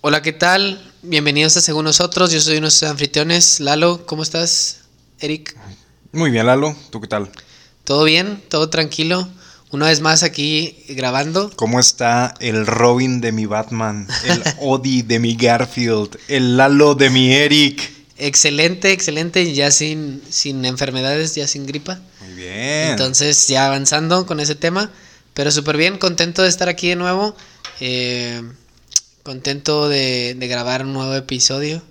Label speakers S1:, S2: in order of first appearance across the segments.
S1: Hola, ¿qué tal? Bienvenidos a Según Nosotros. Yo soy uno de sus anfitriones. Lalo, ¿cómo estás? Eric,
S2: Muy bien, Lalo. ¿Tú qué tal?
S1: ¿todo bien? ¿Todo tranquilo? Una vez más aquí grabando.
S2: ¿Cómo está el Robin de mi Batman? El Odie de mi Garfield. El Lalo de mi Eric.
S1: Excelente, excelente. Ya sin, sin enfermedades, ya sin gripa.
S2: Muy bien.
S1: Entonces, ya avanzando con ese tema. Pero súper bien, contento de estar aquí de nuevo. eh, contento de, de grabar un nuevo episodio.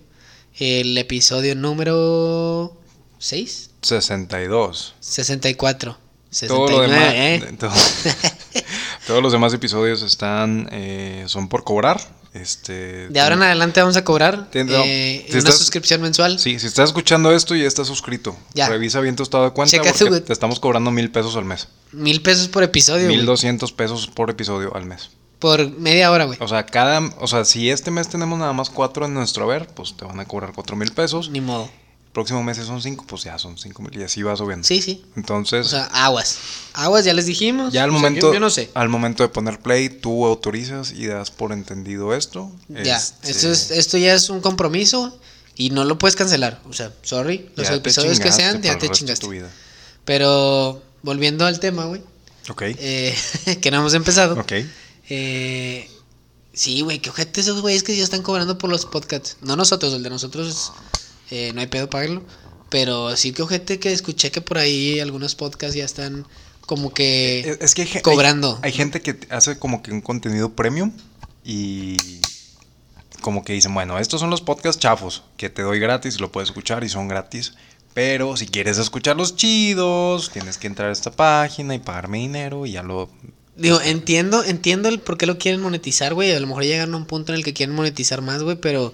S1: El episodio número 6,
S2: 62.
S1: 64. 69,
S2: Todo lo demás,
S1: ¿eh?
S2: todo- todos los demás episodios están, eh, son por cobrar. Este,
S1: De ahora en adelante vamos a cobrar
S2: Te- no,
S1: eh,
S2: si
S1: una
S2: estás-
S1: suscripción mensual.
S2: Sí, si estás escuchando esto y ya estás suscrito,
S1: Ya.
S2: revisa bien tu estado de cuenta
S1: Checa
S2: porque
S1: tu-
S2: te estamos cobrando mil pesos al mes.
S1: Mil pesos por episodio. güey.
S2: Mil doscientos pesos por episodio al mes.
S1: Por media hora, güey.
S2: O sea, cada, o sea, si este mes tenemos nada más cuatro en nuestro haber, pues te van a cobrar cuatro mil pesos.
S1: Ni modo.
S2: El próximo mes son cinco, pues ya son cinco mil y así va subiendo.
S1: Sí, sí.
S2: Entonces,
S1: O sea, aguas. Aguas, ya les dijimos.
S2: Pues- ya al
S1: O sea,
S2: momento, Ah,
S1: yo, yo no sé.
S2: al momento de poner play, tú autorizas y das por entendido esto.
S1: Ya.
S2: Este,
S1: Esto, es, eh, esto ya es un compromiso y no lo puedes cancelar. O sea, sorry. Los
S2: ya te
S1: episodios que
S2: chingaste
S1: sean,
S2: para
S1: ya
S2: el
S1: te
S2: resto de tu
S1: chingaste.
S2: vida.
S1: Pero volviendo al tema, güey.
S2: Ok,
S1: eh, que no hemos empezado.
S2: ok.
S1: Eh, sí, güey, qué ojete esos güeyes que ya están cobrando por los podcasts. No nosotros, el de nosotros eh, no hay pedo pagarlo. Pero sí que ojete que escuché que por ahí algunos podcasts ya están como que...
S2: Es- es que hay, ge-
S1: Eh, cobrando.
S2: Hay, hay gente que hace como que un contenido premium y como que dicen, bueno, estos son los podcasts chafos que te doy gratis, lo puedes escuchar y son gratis. Pero si quieres escuchar los chidos, tienes que entrar a esta página y pagarme dinero y ya lo...
S1: Digo, entiendo, entiendo el por qué lo quieren monetizar, güey. A lo mejor llegan a un punto en el que quieren monetizar más, güey, pero...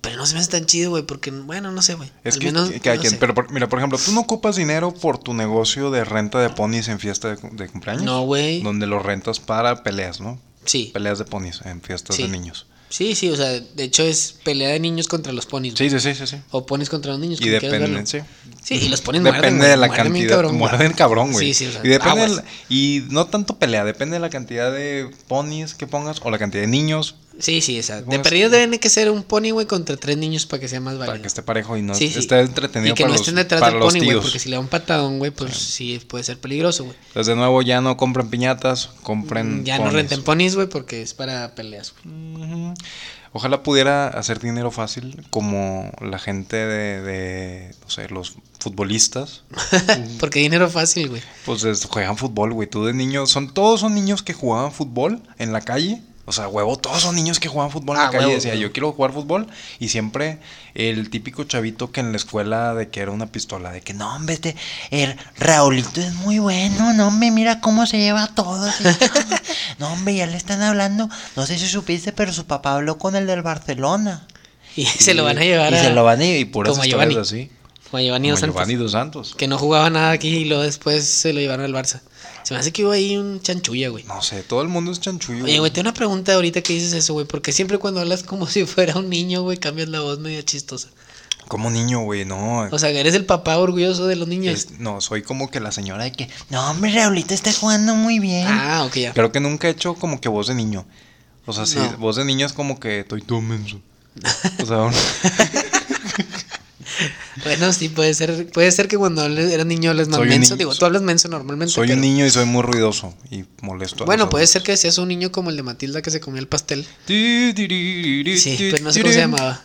S1: Pero no se me hace tan chido, güey, porque, bueno, no sé, güey.
S2: Es
S1: Al
S2: que,
S1: menos,
S2: que hay
S1: no
S2: quien-
S1: sé.
S2: pero por- mira, por ejemplo, tú no ocupas dinero por tu negocio de renta de ponis en fiesta de, cum- de cumpleaños.
S1: No, güey.
S2: Donde los rentas para peleas, ¿no?
S1: Sí,
S2: Peleas de ponis en fiestas
S1: Sí.
S2: de niños.
S1: sí, sí, o sea, de hecho es pelea de niños contra los ponis. güey.
S2: Sí, sí, sí, sí. sí.
S1: O ponis contra los niños.
S2: Y
S1: como quieras verlo.
S2: depende, sí.
S1: Sí, y los ponen
S2: Depende
S1: muerden, güey,
S2: de la
S1: muerden bien
S2: cantidad.
S1: cabrón, güey.
S2: muerden cabrón, güey.
S1: Sí, sí, o sea,
S2: y, depende de
S1: aguas.
S2: la- y no tanto pelea, depende de la cantidad de ponis que pongas o la cantidad de niños
S1: Sí, sí, o sea, de
S2: Algunas-
S1: perdido deben que ser un pony, güey, contra tres niños para que sea más válido.
S2: para que esté parejo y no
S1: Sí, sí.
S2: esté entretenido
S1: y que
S2: para
S1: no
S2: los,
S1: estén detrás
S2: para
S1: del
S2: los
S1: pony, güey,
S2: tíos.
S1: porque si le da un patadón, güey, pues sí puede ser peligroso, güey.
S2: Entonces, de nuevo, ya no compren piñatas, compren.
S1: Mm, Ya no
S2: ponis.
S1: renten ponis, güey, porque es para peleas, güey.
S2: Ujú. Ojalá pudiera hacer dinero fácil como la gente de, de, no sé, los futbolistas.
S1: Porque dinero fácil, güey.
S2: Pues es- juegan fútbol, güey. Tú de niño, son todos son niños que jugaban fútbol en la calle. O sea, huevo, todos son niños que jugaban fútbol en
S1: Ah,
S2: la calle.
S1: huevo,
S2: Decía,
S1: huevo.
S2: yo quiero jugar fútbol. Y siempre el típico chavito que en la escuela de que era una pistola, de que no, hombre, este, el Raulito es muy bueno, no, hombre, mira cómo se lleva a todos.
S3: No, hombre, ya le están hablando. No sé si supiste, pero su papá habló con el del Barcelona.
S1: Y se lo van a llevar
S3: y
S1: a,
S3: se lo van a
S2: Y por eso
S1: Como Giovanni.
S2: así.
S1: como a Giovanni
S2: Como
S1: Dos Santos,
S2: Giovanni Dos Santos.
S1: Que no jugaba nada aquí y luego después se lo llevaron al Barça. Se me hace que hubo ahí un chanchulla, güey.
S2: No sé, todo el mundo es chanchullo.
S1: Oye, güey, tengo una pregunta ahorita que dices eso, güey. Porque siempre cuando hablas como si fuera un niño, güey, cambias la voz medio chistosa.
S2: Como niño, güey, no.
S1: O sea, que eres el papá orgulloso de los niños.
S2: Es- no, soy como que la señora de que.
S3: No, hombre, Raulito está jugando muy bien.
S1: Ah, ok, ya.
S2: Creo que nunca he hecho como que voz de niño. O sea, sí,
S1: No.
S2: voz de niño es como que estoy todo menso. O sea, un-
S1: Bueno, sí, puede ser. Puede ser que cuando hable- eras niño hablas más
S2: Soy un
S1: menso.
S2: niño-
S1: Digo, tú hablas menso normalmente.
S2: soy
S1: pero-
S2: un niño y soy muy ruidoso y molesto. a
S1: Bueno, pues,
S2: los
S1: puede
S2: adultos.
S1: ser que seas un niño como el de Matilda que se comió el pastel.
S2: Sí,
S1: pero pues, no sé cómo se llamaba.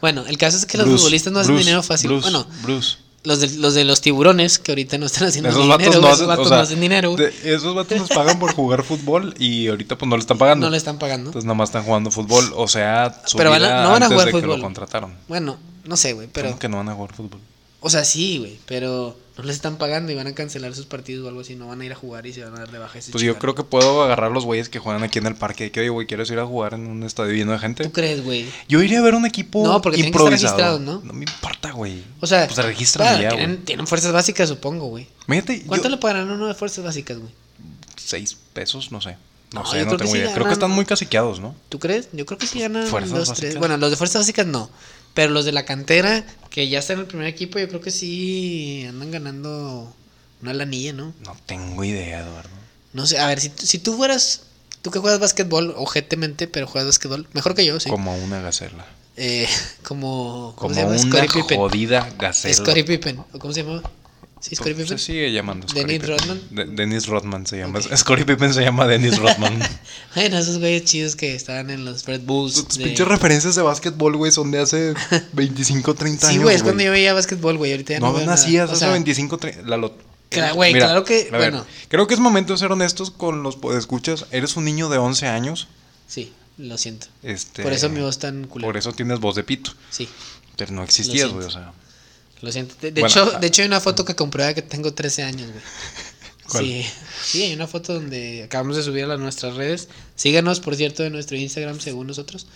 S1: Bueno, el caso es que los futbolistas no hacen dinero fácil.
S2: Bruce,
S1: bueno,
S2: Bruce.
S1: los de, los de los tiburones que ahorita no están haciendo
S2: Esos
S1: dinero.
S2: vatos, no,
S1: güey,
S2: hacen,
S1: esos vatos
S2: o sea,
S1: no hacen dinero. güey.
S2: de- esos vatos nos pagan por jugar fútbol y ahorita pues no le están pagando.
S1: No le están pagando.
S2: Entonces nada más están jugando fútbol, o sea, su
S1: Pero van a-
S2: vida
S1: no van a
S2: antes
S1: jugar
S2: de que
S1: fútbol.
S2: lo contrataron.
S1: Bueno, no sé, güey, pero.
S2: ¿Cómo que no van a jugar fútbol?
S1: O sea, sí, güey, pero no les están pagando y van a cancelar sus partidos o algo así. No van a ir a jugar y se van a dar de baja. ese
S2: Pues yo
S1: chingado.
S2: creo que puedo agarrar los güeyes que juegan aquí en el parque. de Que oye, güey, ¿quieres ir a jugar en un estadio lleno de gente?
S1: ¿Tú crees, güey?
S2: Yo iría a ver un equipo
S1: No, porque tienen que estar
S2: improvisado.
S1: registrados, ¿no?
S2: me importa, güey.
S1: O sea,
S2: pues se registran y
S1: claro,
S2: ya, güey.
S1: tienen, tienen fuerzas básicas, supongo, güey.
S2: Imagínate,
S1: ¿Cuánto
S2: yo-
S1: le pagarán a uno de fuerzas básicas, güey?
S2: seis pesos, no sé. No,
S1: No, yo
S2: sé, no
S1: creo que
S2: tengo
S1: sí
S2: idea. Creo
S1: ganan.
S2: que están muy caciqueados, ¿no?
S1: ¿Tú crees? Yo creo que sí ganan
S2: Fuerzas
S1: dos,
S2: básicas.
S1: tres. Bueno, los de fuerzas básicas no. Pero los de la cantera, que ya están en el primer equipo, yo creo que sí andan ganando una lanilla, ¿no?
S2: No tengo idea, Eduardo.
S1: No sé, a ver, si, tú- si tú fueras Tú que juegas básquetbol, ojetemente, pero juegas básquetbol mejor que yo, sí.
S2: Como una gacela.
S1: Eh, como. ¿Cómo
S2: Como
S1: se llama?
S2: una
S1: Scottie Pippen.
S2: jodida gacela.
S1: Scottie Pippen. ¿O cómo se llamaba? Sí, Scottie
S2: Pues,
S1: Pippen.
S2: Se sigue llamando Scottie
S1: Dennis
S2: Pippen.
S1: Rodman.
S2: De- Dennis Rodman se llama.
S1: Ok.
S2: Scottie Pippen se llama Dennis Rodman.
S1: Bueno, esos güeyes chidos que estaban en los Red Bulls.
S2: Tus
S1: de-
S2: pinches referencias de básquetbol, güey, son de hace 25, 30 años.
S1: Sí, güey, es cuando yo veía básquetbol, güey. Ahorita ya no,
S2: No,
S1: veo nada.
S2: nacías
S1: O
S2: hace
S1: sea,
S2: 25, 30. La lot-
S1: Cla- güey,
S2: Mira,
S1: claro que-
S2: a ver,
S1: bueno.
S2: creo que es momento de ser honestos con los pues, escuchas. Eres un niño de 11 años.
S1: Sí, lo siento.
S2: Este,
S1: Por eso mi voz tan culera.
S2: Por eso tienes voz de pito.
S1: Sí,
S2: Pero no
S1: Lo
S2: existías,
S1: siento.
S2: güey, o sea.
S1: lo siento. De, de
S2: Bueno,
S1: hecho,
S2: ah.
S1: de hecho, hay una foto que comprueba que tengo 13 años, güey.
S2: ¿Cuál?
S1: Sí, sí, hay una foto donde acabamos de subir a las- nuestras redes. Síganos, por cierto, en nuestro Instagram, según nosotros.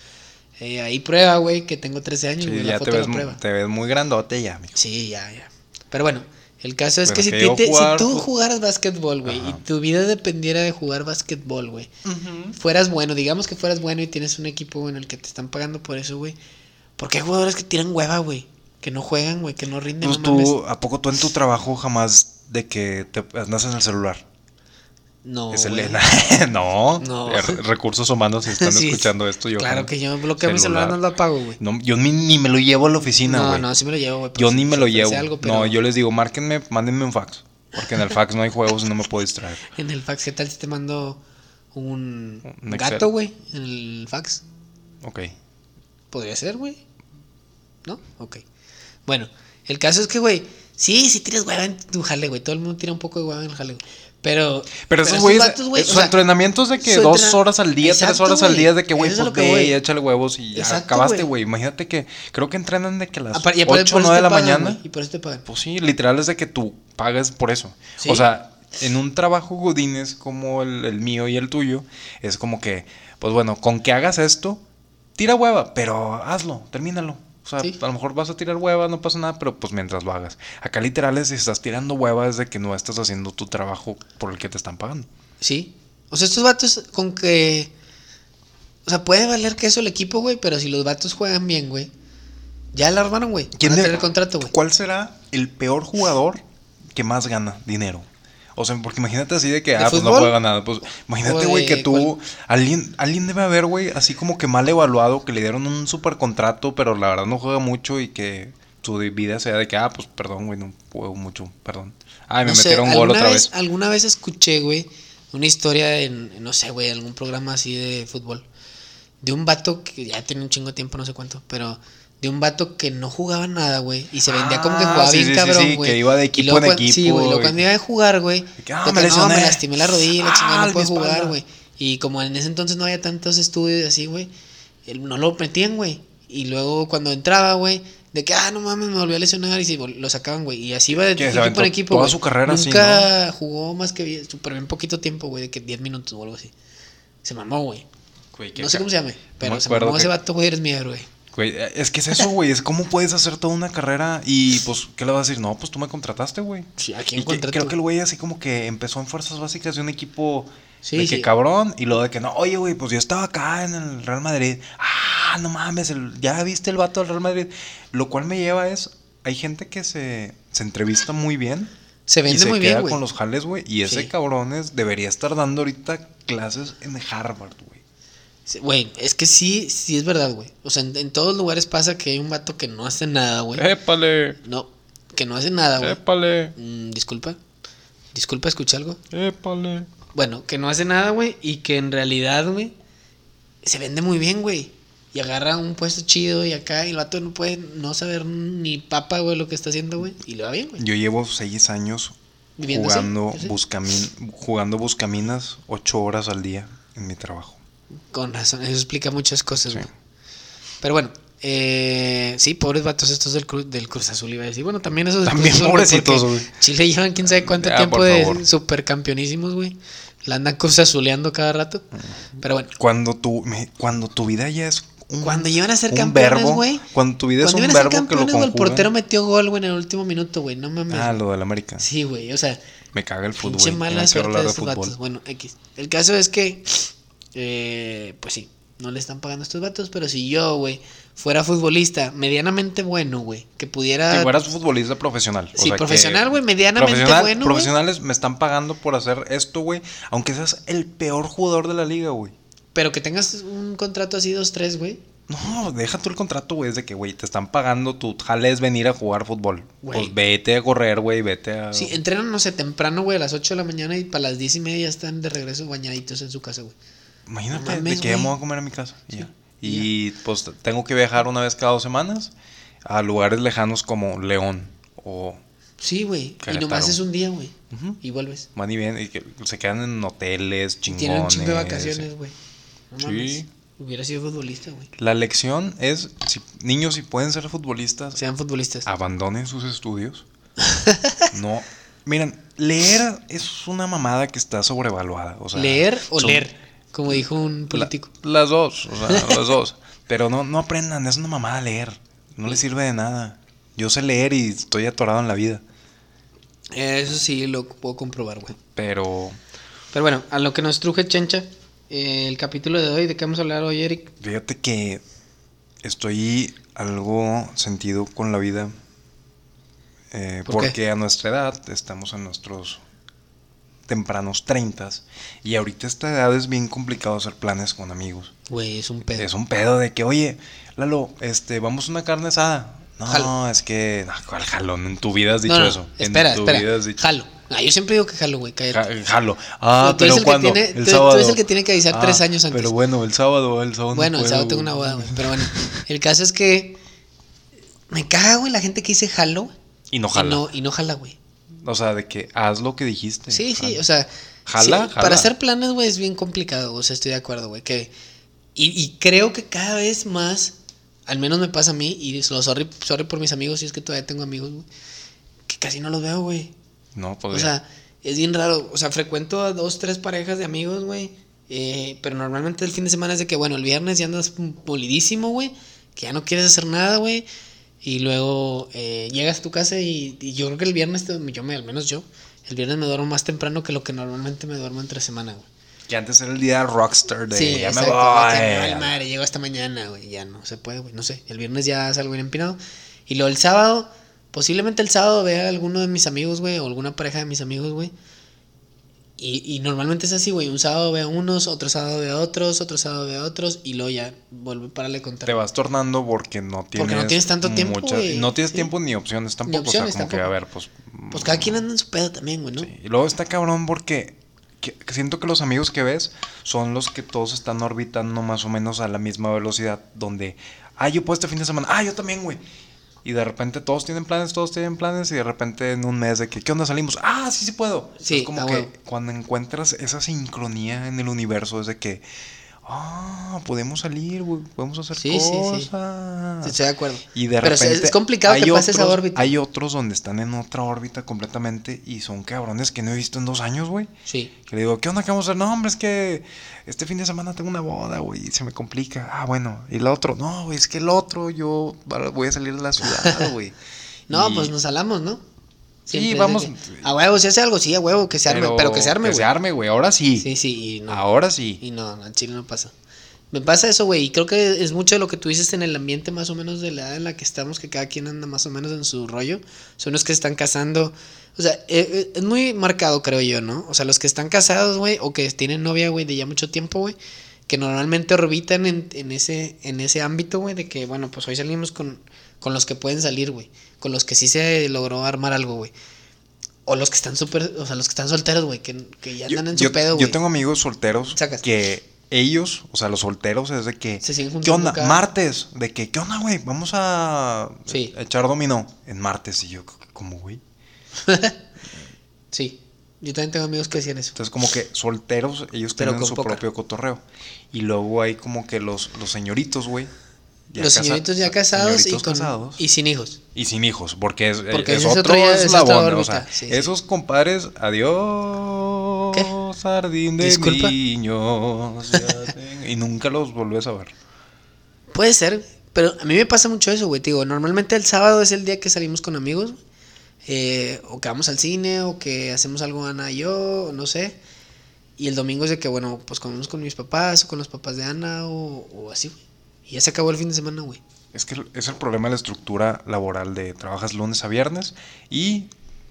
S1: Eh, ahí prueba, güey, que tengo 13 años,
S2: Sí,
S1: güey. la
S2: ya te
S1: foto
S2: ves,
S1: lo
S2: mu-
S1: prueba.
S2: te ves muy grandote ya, mijo.
S1: Sí, ya, ya. Pero bueno, el caso es
S2: Pero
S1: que si,
S2: que
S1: ti-
S2: yo
S1: te- si
S2: jugar-
S1: tú jugaras básquetbol, güey, y
S2: Ajá.
S1: tu vida dependiera de jugar básquetbol, güey, fueras bueno, digamos que fueras bueno y tienes un equipo en el que te están pagando por eso, güey. Porque hay jugadores que tiran hueva, güey, que no juegan, güey, que no rinden.
S2: Pues
S1: no mames.
S2: tú, ¿a poco tú en tu trabajo jamás de que te andas en el celular?
S1: No.
S2: es
S1: güey.
S2: Elena. no.
S1: No.
S2: eh, re- Recursos humanos si están
S1: Sí,
S2: escuchando esto. Yo
S1: Claro
S2: no.
S1: que yo bloqueo mi celular, no lo apago, güey.
S2: No, yo ni, ni me lo llevo a la oficina,
S1: No,
S2: güey.
S1: no, sí me lo llevo, güey. pero
S2: yo
S1: sí,
S2: ni me lo
S1: sí pensé
S2: llevo.
S1: algo,
S2: No,
S1: pero
S2: yo les digo, márquenme, mándenme un fax. Porque en el fax no hay juegos y no me puedo distraer.
S1: En el fax, ¿qué tal si te mando un,
S2: Un Excel.
S1: gato, güey? En el fax.
S2: Ok.
S1: Podría ser, güey. ¿No? Ok. Bueno, el caso es que, güey, sí, sí tiras hueva en tu jale, güey. Todo el mundo tira un poco de hueva en el jale, güey. Pero,
S2: Pero esos güeyes,
S1: vatos, güey,
S2: eh,
S1: o
S2: sus
S1: sea,
S2: entrenamientos de que
S1: su
S2: dos
S1: entren-
S2: horas al día, tres
S1: Exacto,
S2: horas al
S1: güey.
S2: día, de que, güey,
S1: Eso es
S2: pues
S1: lo que voy.
S2: ve y échale huevos y ya
S1: Exacto,
S2: acabaste,
S1: güey.
S2: güey. Imagínate que, creo que entrenan de que a las
S1: apar- y aparte
S2: 8
S1: por
S2: o
S1: eso
S2: 9 de
S1: te
S2: la
S1: pagan,
S2: mañana.
S1: güey, y por eso te pagan.
S2: Pues sí, literal es de que tú pagas por eso.
S1: Sí.
S2: O sea, en un trabajo godines como el, el mío y el tuyo, es como que, pues bueno, con que hagas esto, tira hueva, pero hazlo, termínalo. O sea,
S1: Sí.
S2: a lo mejor vas a tirar hueva, no pasa nada, pero pues mientras lo hagas. Acá literal es si estás tirando hueva es de que no estás haciendo tu trabajo por el que te están pagando.
S1: Sí. O sea, estos vatos con que. O sea, puede valer que eso el equipo, güey, pero si los vatos juegan bien, güey. Ya la armaron, güey. Van a
S2: de-
S1: tener contrato, güey.
S2: ¿Cuál será el peor jugador que más gana dinero? O sea, porque imagínate así de que,
S1: ¿De
S2: ah, pues no
S1: fútbol?
S2: juega nada. Pues imagínate,
S1: ¿O
S2: güey,
S1: de
S2: que tú. Alguien, alguien debe haber, güey, así como que mal evaluado, que le dieron un super contrato, pero la verdad no juega mucho y que su vida sea de que, ah, pues perdón, güey, no juego mucho, perdón. Ay, me
S1: No sé,
S2: metieron gol
S1: alguna
S2: otra
S1: vez,
S2: vez.
S1: Alguna vez escuché, güey, una historia en, no sé, güey, algún programa así de fútbol. De un vato que ya tiene un chingo de tiempo, no sé cuánto, pero de un vato que no jugaba nada, güey, y se vendía como que
S2: Ah,
S1: jugaba
S2: sí,
S1: bien
S2: sí, sí,
S1: cabrón,
S2: sí,
S1: güey.
S2: que iba de
S1: Y
S2: equipo
S1: luego
S2: en
S1: cuan- Sí, güey,
S2: equipo,
S1: luego
S2: y-
S1: cuando iba a jugar, güey,
S2: De que, ah,
S1: de
S2: me
S1: que, no, me
S2: lesioné.
S1: lastimé la rodilla, la chingada, no
S2: Ah, mi
S1: puedo
S2: espalda.
S1: jugar, güey. Y como en ese entonces no había tantos estudios así, güey, él- no lo metían, güey. Y luego cuando entraba, güey, de que, ah, no mames, me volvió a lesionar y sí, vol- lo sacaban, güey. Y así iba de
S2: Que se
S1: equipo
S2: aventó
S1: en equipo.
S2: toda
S1: güey.
S2: su carrera así,
S1: Nunca jugó más que bien- súper bien poquito tiempo, güey, de que 10 minutos o algo así. Se mamó, güey.
S2: Güey, qué
S1: No sé
S2: ca-
S1: cómo se llame, pero
S2: me
S1: se
S2: acuerdo
S1: mamó ese
S2: que-
S1: vato, güey, eres mierda, güey.
S2: Güey, es que es eso, güey. Es cómo puedes hacer toda una carrera y, pues, ¿qué le vas a decir? No, pues tú me contrataste, güey.
S1: Sí, ¿a quién
S2: Y que-
S1: contrató?
S2: Creo que el güey así como que empezó en fuerzas básicas de un equipo
S1: Sí,
S2: de que
S1: sí.
S2: cabrón y luego de que no, oye, güey, pues yo estaba acá en el Real Madrid. Ah, no mames, el- ya viste el vato del Real Madrid. Lo cual me lleva es, hay gente que se, se entrevista muy bien.
S1: Se
S2: y
S1: vende
S2: se
S1: muy
S2: queda
S1: bien, güey.
S2: con los jales, güey. Y ese
S1: Sí.
S2: cabrón es- debería estar dando ahorita clases en Harvard, güey.
S1: Sí, Güey, es que sí, sí es verdad, güey. O sea, en, en todos lugares pasa que hay un vato que no hace nada, güey.
S2: Eh. Épale,
S1: No, que no hace nada, güey.
S2: Eh. épale,
S1: Mm, disculpa. Disculpa, escuché algo.
S2: épale.
S1: Bueno, que no hace nada, güey, y que en realidad, güey, se vende muy bien, güey. Y agarra un puesto chido y acá, y el vato no puede no saber ni papa, güey, lo que está haciendo, güey. Y le va bien, güey.
S2: Yo llevo seis años
S1: Viviendo así,
S2: jugando,
S1: así.
S2: buscamin- jugando buscaminas ocho horas al día en mi trabajo.
S1: Con razón, eso explica muchas cosas,
S2: Sí.
S1: güey. Pero bueno, eh, sí, pobres vatos estos del, Cru- del Cruz Azul, iba a decir. Bueno, también esos del
S2: También
S1: Cruz Azul, güey,
S2: pobrecitos,
S1: porque
S2: güey.
S1: Chile llevan quién sabe cuánto
S2: Ya,
S1: tiempo
S2: por
S1: de
S2: favor.
S1: supercampeonísimos, güey. La andan Cruz Azuleando cada rato. Pero bueno,
S2: Cuando tu, me- cuando tu vida ya es un,
S1: Cuando iban a ser
S2: un
S1: campeones,
S2: verbo,
S1: güey.
S2: Cuando tu vida
S1: cuando
S2: es
S1: iban
S2: un
S1: a ser
S2: verbo que lo
S1: campeones, güey, el portero
S2: conjuga.
S1: metió gol, güey, en el último minuto, güey. No mames.
S2: Ah,
S1: güey.
S2: lo del América.
S1: Sí, güey, o sea,
S2: Me caga el fútbol.
S1: pinche
S2: y no
S1: mala
S2: quiero
S1: suerte
S2: hablar
S1: de
S2: de
S1: estos vatos. Bueno, X. El caso es que, eh, pues sí, no le están pagando a estos vatos, pero si yo, güey, fuera futbolista medianamente bueno, güey, que pudiera...
S2: Si fueras futbolista profesional.
S1: Ah, Sí,
S2: que
S1: profesional, güey, medianamente
S2: profesional-
S1: bueno, güey.
S2: Profesionales me están pagando por hacer esto, güey. Aunque seas el peor jugador de la liga, güey.
S1: Pero que tengas un contrato así, dos, tres, güey.
S2: No, deja tú el contrato, güey. Es de que, güey, te están pagando. Tu jale es venir a jugar fútbol.
S1: Güey.
S2: Pues vete a correr, güey. Vete a.
S1: Sí, entrenan, no sé, temprano, güey, a las 8 de la mañana y para las 10 y media ya están de regreso bañaditos en su casa, güey.
S2: Imagínate,
S1: No mames,
S2: de que
S1: güey.
S2: me voy a comer a mi casa. y ya. Y pues tengo que viajar una vez cada dos semanas a lugares lejanos como León o
S1: Sí, güey. Y
S2: Querétaro.
S1: nomás es un día, güey.
S2: Ujú.
S1: Y vuelves.
S2: van y vienen y que se quedan en hoteles
S1: Y
S2: chingones.
S1: tienen un chingo de vacaciones, güey. No
S2: Sí.
S1: mames. Hubiera sido futbolista, güey.
S2: La lección es, si- niños, si pueden ser futbolistas,
S1: Sean futbolistas.
S2: Ah, abandonen sus estudios. no. Miren, leer es una mamada que está sobrevaluada. O sea,
S1: leer o
S2: son-
S1: leer, como dijo un
S2: La-
S1: político.
S2: las dos, o sea, las dos. Pero no, no aprendan, es una mamada leer. No les sirve de nada. Yo sé leer y estoy atorado en la vida.
S1: Eso sí lo puedo comprobar, güey.
S2: Pero,
S1: Pero bueno, a lo que nos truje Chencha, eh, el capítulo de hoy, ¿de qué vamos a hablar hoy, Eric?
S2: fíjate que estoy algo sentido con la vida. eh,
S1: ¿Por qué?
S2: porque a nuestra edad, estamos en nuestros tempranos 30 y ahorita a esta edad es bien complicado hacer planes con amigos.
S1: Güey, es un pedo.
S2: Es un pedo de que, oye, Lalo, este, vamos a una carne asada. No,
S1: Jalo.
S2: es que. No, ¿cuál jalón? En tu vida has dicho
S1: No, no,
S2: eso.
S1: espera,
S2: en tu
S1: espera.
S2: vida has dicho.
S1: Jalo. Ah, yo siempre digo que jalo, güey, cállate.
S2: Ja- jalo. Ah,
S1: No, tú eres
S2: pero
S1: el que
S2: cuando.
S1: tiene- tú-
S2: el
S1: tú
S2: sábado. Ah,
S1: eres el que tiene que avisar tres años antes.
S2: Pero bueno, el sábado, el sábado. no
S1: bueno, el
S2: puedo,
S1: sábado tengo
S2: güey.
S1: una boda, güey. Pero bueno, el caso es que me caga, güey, la gente que dice jalo
S2: Y no
S1: Y,
S2: jala.
S1: no, y no jala, güey.
S2: O sea, de que haz lo que dijiste.
S1: Sí, sí,
S2: jala.
S1: o sea.
S2: este, ah, Jala,
S1: sí,
S2: jala.
S1: Para hacer planes, güey, es bien complicado. O sea, estoy de acuerdo, güey. Que, y, y creo que cada vez más, al menos me pasa a mí, y lo sorry, sorry por mis amigos, si es que todavía tengo amigos, güey, que casi no los veo, güey.
S2: No,
S1: O
S2: podría.
S1: sea, es bien raro. O sea, frecuento a dos, tres parejas de amigos, güey. eh, pero normalmente el fin de semana es de que, bueno, el viernes ya andas polidísimo, güey. Que ya no quieres hacer nada, güey. Y luego eh, llegas a tu casa y, y yo creo que el viernes, te- yo me, al menos yo, el viernes me duermo más temprano que lo que normalmente me duermo entre semana, güey.
S2: que antes era el día rockstar de.
S1: Sí,
S2: ya
S1: exacto.
S2: me
S1: güey,
S2: voy.
S1: que me vale madre, llego hasta mañana, güey. Ya no se puede, güey. No sé. El viernes ya salgo bien empinado. Y luego el sábado, posiblemente el sábado vea a alguno de mis amigos, güey, o alguna pareja de mis amigos, güey. Y, y normalmente es así, güey. Un sábado veo a unos, otro sábado veo a otros, otro sábado veo a otros, y luego ya vuelve para le contar.
S2: Te vas tornando porque no tienes.
S1: no tienes tanto tiempo,
S2: muchas-
S1: güey.
S2: No tienes
S1: Sí.
S2: tiempo ni opciones tampoco.
S1: opciones
S2: o sea, como que,
S1: tampoco.
S2: a ver, pues.
S1: Pues cada quien anda en su pedo también, güey, ¿no?
S2: Sí, Y luego está cabrón porque que- que siento que los amigos que ves son los que todos están orbitando más o menos a la misma velocidad. Donde, ah, yo puedo este fin de semana, ah, yo también, güey. Y de repente todos tienen planes, todos tienen planes. Y de repente en un mes de que, ¿qué onda salimos? Ah, sí, sí puedo.
S1: Sí,
S2: es como
S1: ah,
S2: que
S1: huevo.
S2: cuando encuentras esa sincronía en el universo es de que, ah, podemos salir, güey, podemos hacer
S1: Sí, sí, sí.
S2: cosas.
S1: Sí, Estoy de acuerdo.
S2: Y de
S1: Pero es-
S2: repente.
S1: es complicado
S2: hay
S1: que pase esa
S2: otros-
S1: órbita.
S2: Hay otros donde están en otra órbita completamente y son cabrones que no he visto en dos años, güey.
S1: Sí.
S2: Que le digo, ¿qué onda? ¿Qué vamos a hacer? No, hombre, es que este fin de semana tengo una boda, güey, y se me complica. Ah, bueno. Y la otro, no, güey, es que el otro yo para- voy a salir de la ciudad, güey.
S1: No,
S2: Y-
S1: pues nos salamos, ¿no?
S2: Sí,
S1: Siempre es de
S2: vamos-
S1: que, a huevo, si hace algo, sí, a huevo, que se arme, pero, que se arme,
S2: Que se
S1: güey.
S2: arme, güey. Ahora sí.
S1: Sí, sí, y no.
S2: Ahora sí.
S1: Y no, no, en Chile no pasa. Me pasa eso, güey, y creo que es mucho de lo que tú dices en el ambiente más o menos de la edad en la que estamos, que cada quien anda más o menos en su rollo. Son los que se están casando. O sea, eh, eh, es muy marcado, creo yo, ¿no? O sea, los que están casados, güey, o que tienen novia, güey, de ya mucho tiempo, güey, que normalmente orbitan en, en ese, en ese ámbito, güey, de que, bueno, pues hoy salimos con, con los que pueden salir, güey, con los que sí se logró armar algo, güey. O los que están súper, o sea, los que están solteros, güey, que, que ya andan en su pedo, güey.
S2: yo tengo amigos solteros
S1: Sacas.
S2: que ellos, o sea, los solteros es de que
S1: Se siguen
S2: ¿Qué
S1: juntando
S2: onda?
S1: cada-
S2: Martes. De que, ¿qué onda, güey? Vamos a
S1: Sí.
S2: a echar dominó en martes. Y yo, como, güey.
S1: Sí. Yo también tengo amigos que hacían eso.
S2: Entonces, como que solteros, ellos
S1: Pero
S2: tienen
S1: con
S2: su
S1: poca.
S2: propio cotorreo. Y luego hay como que los, los señoritos, güey. ya
S1: los
S2: casa-
S1: señoritos ya casados,
S2: señoritos
S1: y, con-
S2: casados
S1: y sin hijos.
S2: y sin hijos, porque es,
S1: Porque
S2: es
S1: ese es
S2: otro
S1: otro ya- es otra
S2: eslabón,
S1: órbita,
S2: o sea,
S1: sí, sí.
S2: esos compadres, adiós, sardín de
S1: Disculpa.
S2: niños, ya tengo- y nunca los volvés a ver.
S1: Puede ser, pero a mí me pasa mucho eso, güey. Te Digo, normalmente el sábado es el día que salimos con amigos, eh, o que vamos al cine, o que hacemos algo Ana y yo, o no sé. Y el domingo es de que, bueno, pues comemos con mis papás, o con los papás de Ana, o, o así, güey. Y ya se acabó el fin de semana, güey.
S2: Es que es el problema de la estructura laboral de trabajas lunes a viernes y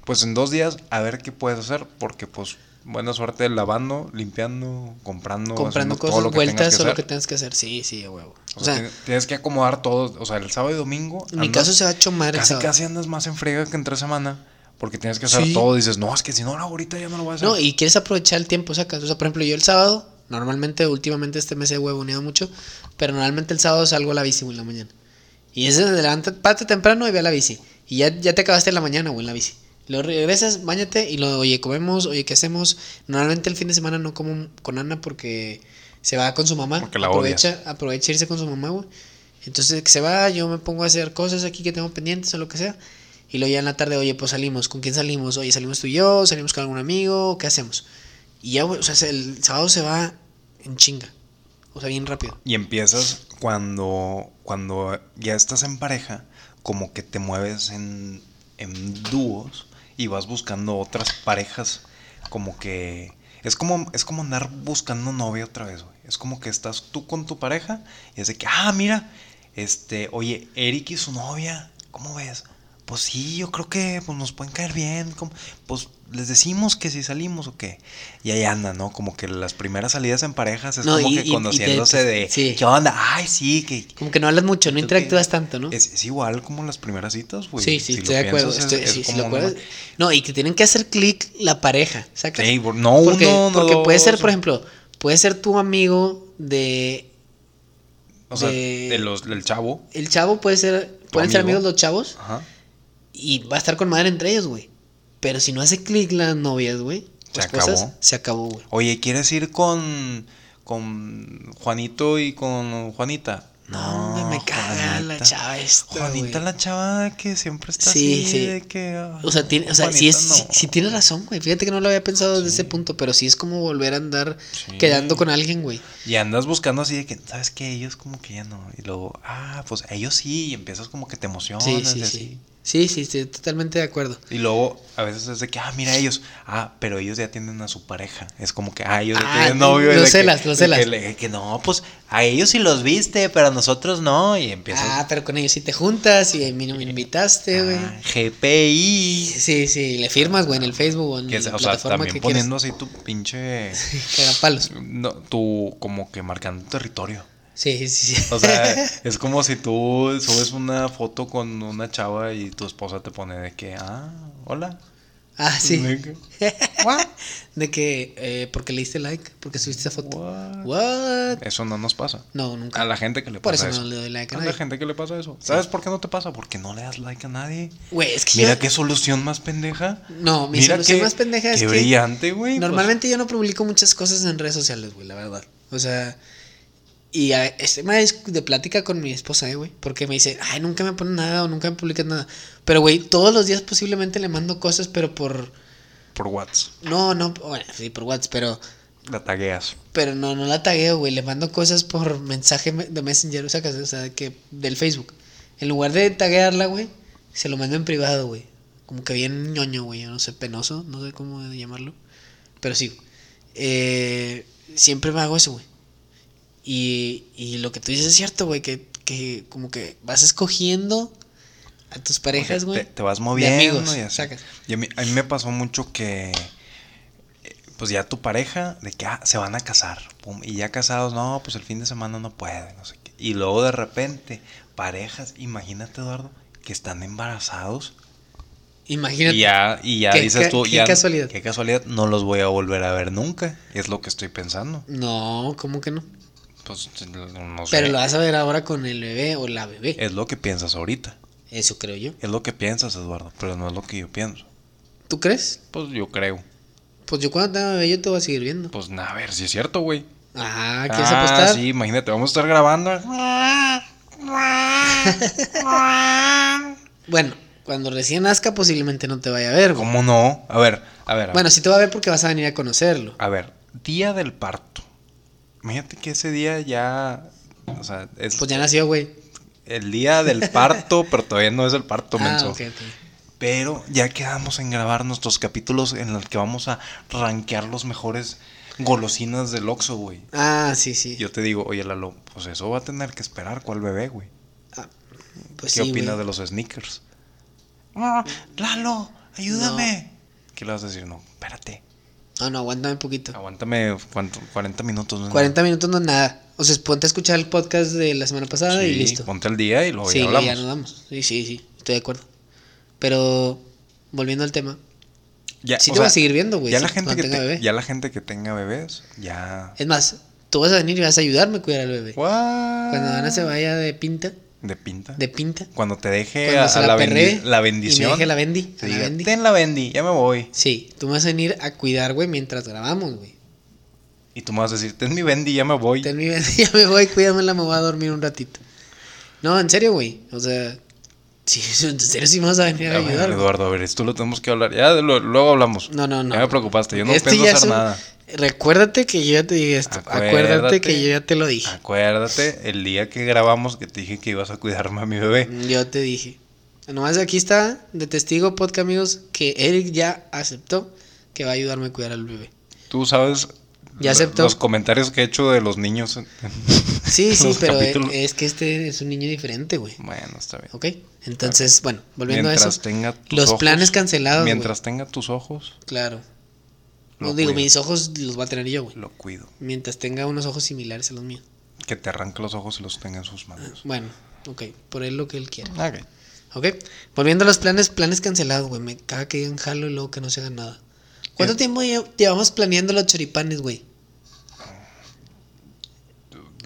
S2: pues en dos días a ver qué puedes hacer porque pues buena suerte lavando, limpiando, comprando,
S1: Comprando
S2: haciendo todo
S1: cosas
S2: lo que tengas
S1: vueltas
S2: que
S1: o lo que
S2: hacer.
S1: tengas que hacer. Sí, sí, a huevo.
S2: O sea, tienes- tienes que acomodar todo, o sea, el sábado y domingo.
S1: en mi
S2: andas-
S1: caso se va a chomar el
S2: Casi,
S1: sábado.
S2: casi andas más en friega que entre semana. Porque tienes que hacer
S1: Sí.
S2: todo. Dices, no, es que si no, no, ahorita ya no lo voy a hacer.
S1: No, y quieres aprovechar el tiempo, sacas. O sea, por ejemplo, yo el sábado, normalmente, últimamente este mes he huevoneado mucho, pero normalmente el sábado salgo a la bici, güey, en la mañana. Y es desde levanta, párate temprano y ve a la bici. Y ya, ya te acabaste en la mañana, güey, en la bici. Lo regresas, bañate y lo, oye, comemos, oye, ¿qué hacemos? Normalmente el fin de semana no como con Ana porque se va con su mamá.
S2: Porque la
S1: aprovecha, aprovecha irse con su mamá, güey. Entonces que se va, yo me pongo a hacer cosas aquí que tengo pendientes o lo que sea. Y luego ya en la tarde, oye, pues salimos, ¿con quién salimos? Oye, salimos tú y yo, salimos con algún amigo, ¿qué hacemos? Y ya, güey, o sea, se- el sábado se va en chinga. O sea, bien rápido.
S2: Y empiezas cuando, cuando ya estás en pareja, como que te mueves en, en dúos y vas buscando otras parejas. Como que es como, es como andar buscando novia otra vez, güey. Es como que estás tú con tu pareja y es de que, ah, mira, este, oye, Eric y su novia, ¿cómo ves? Pues sí, yo creo que pues, nos pueden caer bien. como- Pues les decimos que si salimos o qué. Y ahí anda, ¿no? Como que las primeras salidas en parejas es
S1: No,
S2: como
S1: y- y- y
S2: que
S1: te-
S2: conociéndose de
S1: sí.
S2: qué onda, ay sí, que
S1: Como que no hablas mucho, no
S2: Creo que
S1: interactúas tanto, ¿no?
S2: es, es igual como las primeras citas, güey.
S1: sí, sí,
S2: pues, Si lo
S1: estoy de acuerdo.
S2: piensas, es-
S1: estoy-
S2: es
S1: sí, sí,
S2: como
S1: lo
S2: una-
S1: acuerdo. No, y que tienen que hacer clic la pareja, ¿sacas?
S2: Sí, por- no
S1: porque,
S2: uno, no
S1: porque puede ser,
S2: dos,
S1: por ejemplo, puede ser tu amigo de
S2: o sea,
S1: de-
S2: de los, del chavo.
S1: el chavo puede ser pueden ser
S2: amigo.
S1: amigos los chavos
S2: Ajá.
S1: y va a estar con madre entre ellos, güey. Pero si no hace clic las novias, güey,
S2: Se
S1: o esposas,
S2: acabó.
S1: se acabó, güey.
S2: Oye, ¿quieres ir con, con Juanito y con Juanita?
S1: No, hombre, me caga la
S2: Juanita.
S1: chava esta,
S2: Juanita
S1: güey.
S2: la chava que siempre está
S1: Sí,
S2: así
S1: sí.
S2: de que, ah,
S1: O sea, tiene, o sea si, es,
S2: Juanita,
S1: si,
S2: no.
S1: si tiene razón, güey. Fíjate que no lo había pensado desde ese punto, pero sí es como volver a andar
S2: Sí.
S1: quedando con alguien, güey.
S2: Y andas buscando así de que, ¿sabes qué? Ellos como que ya no. Y luego, ah, pues ellos sí. Y empiezas como que te emocionas.
S1: Sí, sí,
S2: y así.
S1: sí. Sí, sí, estoy totalmente de acuerdo.
S2: Y luego a veces es de que, ah, mira ellos. Ah, pero ellos ya tienen a su pareja. Es como que, ah, ellos ya
S1: Ah,
S2: tienen novio.
S1: los
S2: y de que-
S1: celas, los
S2: de que
S1: celas.
S2: le- que no, pues a ellos sí los viste, pero a nosotros no. Y empiezas.
S1: Ah, pero con ellos sí te juntas y a mí no me invitaste, güey.
S2: "Ah, GPI.
S1: Sí, sí, le firmas, güey, en el Facebook o en
S2: Que,
S1: la
S2: es- o sea,
S1: plataforma
S2: también
S1: que
S2: poniendo así tu pinche.
S1: quieras. Cagapalos.
S2: No, tu, como que marcando territorio.
S1: Sí, sí, sí.
S2: O sea, es como si tú subes una foto con una chava y tu esposa te pone de que, ah, hola.
S1: ah, sí.
S2: De que,
S1: De que, eh, porque le diste like, porque subiste esa foto.
S2: "What?".
S1: What?
S2: Eso no nos pasa.
S1: No,
S2: A
S1: nunca.
S2: la gente que le
S1: Por
S2: pasa
S1: eso
S2: eso.
S1: no le doy like a
S2: a la
S1: nadie.
S2: gente que le pasa eso. ¿Sabes por qué no te pasa? Porque no le das like a nadie.
S1: Güey, es que
S2: Mira
S1: yo-
S2: qué solución más pendeja.
S1: No, mi
S2: Mira
S1: solución
S2: qué-
S1: más pendeja es
S2: qué
S1: que-
S2: brillante, güey. pues.
S1: Normalmente yo no publico muchas cosas en redes sociales, güey, la verdad. O sea, y a- este es tema de, dis- de plática con mi esposa, eh, güey. Porque me dice, ay, nunca me ponen nada o nunca me publican nada. Pero, güey, todos los días posiblemente le mando cosas, pero por.
S2: Por WhatsApp.
S1: No, no, bueno, sí, por WhatsApp, pero.
S2: La tagueas.
S1: Pero no, no la tagueo, güey. Le mando cosas por mensaje me- de Messenger, sacas, o sea, que del Facebook. En lugar de taguearla, güey, se lo mando en privado, güey. Como que bien ñoño, güey. Yo no sé, penoso, no sé cómo llamarlo. Pero sí, güey. eh, siempre me hago eso, güey. Y, y lo que tú dices es cierto, güey, que, que como que vas escogiendo a tus parejas,
S2: Porque
S1: güey.
S2: Te, te vas moviendo
S1: amigos,
S2: y así.
S1: sacas.
S2: Y a mí, a mí me pasó mucho que. eh, Pues ya tu pareja, de que ah, se van a casar. pum, y ya casados, no, pues el fin de semana no puede, no sé qué. Y luego de repente, parejas, imagínate, Eduardo, que están embarazados.
S1: Imagínate.
S2: Y ya, y ya
S1: Qué-
S2: dices
S1: qué-
S2: tú,
S1: qué
S2: ya,
S1: casualidad.
S2: Qué casualidad, no los voy a volver a ver nunca. Es lo que estoy pensando.
S1: No, ¿cómo que no?
S2: Pues no sé.
S1: Pero lo vas a ver ahora con el bebé o la bebé.
S2: Es lo que piensas ahorita.
S1: Eso creo yo.
S2: Es lo que piensas, Eduardo, pero no es lo que yo pienso.
S1: ¿Tú crees?
S2: Pues yo creo.
S1: Pues yo cuando tenga bebé yo te voy a seguir viendo.
S2: Pues nada, a ver si es cierto, güey.
S1: Ah, ¿quieres
S2: Ah,
S1: apostar?
S2: Sí, imagínate, vamos a estar grabando.
S1: Bueno, cuando recién nazca posiblemente no te vaya a ver. güey.
S2: ¿Cómo no? A ver, a ver. a
S1: Bueno, sí te va a ver porque vas a venir a conocerlo.
S2: ver. a ver, día del parto. Imagínate que ese día ya. O sea, es
S1: Pues ya nació, güey.
S2: el día del parto, pero todavía no es el parto,
S1: Ah,
S2: menso.
S1: ok, ok.
S2: Pero ya quedamos en grabar nuestros capítulos en los que vamos a rankear los mejores golosinas del Oxxo, güey.
S1: Ah, sí, sí.
S2: Yo te digo, oye, Lalo, pues eso va a tener que esperar. ¿Cuál bebé, güey?
S1: Ah, Pues
S2: ¿Qué
S1: sí,
S2: opinas
S1: güey.
S2: de los sneakers? Ah, Lalo, ayúdame. ¿Qué le vas a decir? No, espérate.
S1: No, no, aguántame un
S2: Ah,
S1: poquito.
S2: Aguántame ¿cuánto? 40 minutos. ¿no?
S1: 40 minutos no es nada. O sea, ponte a escuchar el podcast de la semana pasada
S2: Sí,
S1: y listo.
S2: Ponte al día y luego
S1: Sí,
S2: ya
S1: luego
S2: hablamos.
S1: ya nos vamos. Sí, sí, sí, estoy de acuerdo. Pero volviendo al tema,
S2: Ya,
S1: sí
S2: o
S1: te
S2: sea,
S1: vas a seguir viendo, güey.
S2: ya,
S1: sí,
S2: la gente
S1: cuando
S2: que
S1: tenga
S2: te-
S1: bebé.
S2: ya la gente que tenga bebés, ya.
S1: Es más, tú vas a venir y vas a ayudarme a cuidar al bebé. Cuando
S2: Cuando
S1: Ana se vaya de pinta,
S2: De pinta.
S1: de pinta,
S2: Cuando te deje
S1: cuando
S2: Eh, a,
S1: se
S2: a
S1: la,
S2: la,
S1: perree
S2: bendi- la
S1: Y
S2: bendición.
S1: me deje la bendi,
S2: te
S1: a la
S2: diga,
S1: bendi.
S2: Ten la bendi, ya me voy.
S1: Sí, tú me vas a venir a cuidar, güey, mientras grabamos, güey.
S2: Y tú me vas a decir, ten mi bendi, ya me voy.
S1: Ten mi bendi, ya me voy, cuídamela, me voy a dormir un ratito. No, en serio, güey. O sea, sí, en serio sí me vas a venir a
S2: A ver,
S1: ayudar. güey.
S2: Eduardo, a ver, esto lo tenemos que hablar. Ya de lo- luego hablamos.
S1: No, no, no.
S2: Ya me preocupaste, yo no
S1: Esto
S2: pienso
S1: ya
S2: hacer
S1: es un-
S2: nada.
S1: Recuérdate que yo ya te dije esto. Acuérdate, que yo ya te lo dije.
S2: Acuérdate el día que grabamos que te dije que ibas a cuidarme a mi bebé.
S1: Yo te dije. Nomás aquí está de testigo podcast amigos que Eric ya aceptó que va a ayudarme a cuidar al bebé.
S2: Tú sabes
S1: Ya
S2: lo-
S1: aceptó.
S2: los comentarios que he hecho de los niños. en-
S1: Sí, sí,
S2: Los
S1: pero eh,
S2: capítulos.
S1: es que este es un niño diferente, güey.
S2: Bueno, está bien.
S1: ¿Ok? Entonces, bueno, volviendo
S2: mientras
S1: a eso.
S2: tenga tus
S1: Los
S2: ojos,
S1: planes cancelados. güey.
S2: Mientras tenga tus ojos,
S1: Claro.
S2: lo,
S1: no digo,
S2: cuido,
S1: mis ojos los va a tener yo, güey.
S2: lo cuido.
S1: Mientras tenga unos ojos similares a los míos.
S2: Que te arranque los ojos y los tenga en sus manos.
S1: Bueno, ok. Por él lo que él quiera.
S2: Ok.
S1: Ok, volviendo a los planes, planes cancelados, güey. Me caga que digan jalo y luego que no se haga nada. ¿Cuánto
S2: Es-
S1: tiempo lle- llevamos planeando los choripanes, güey?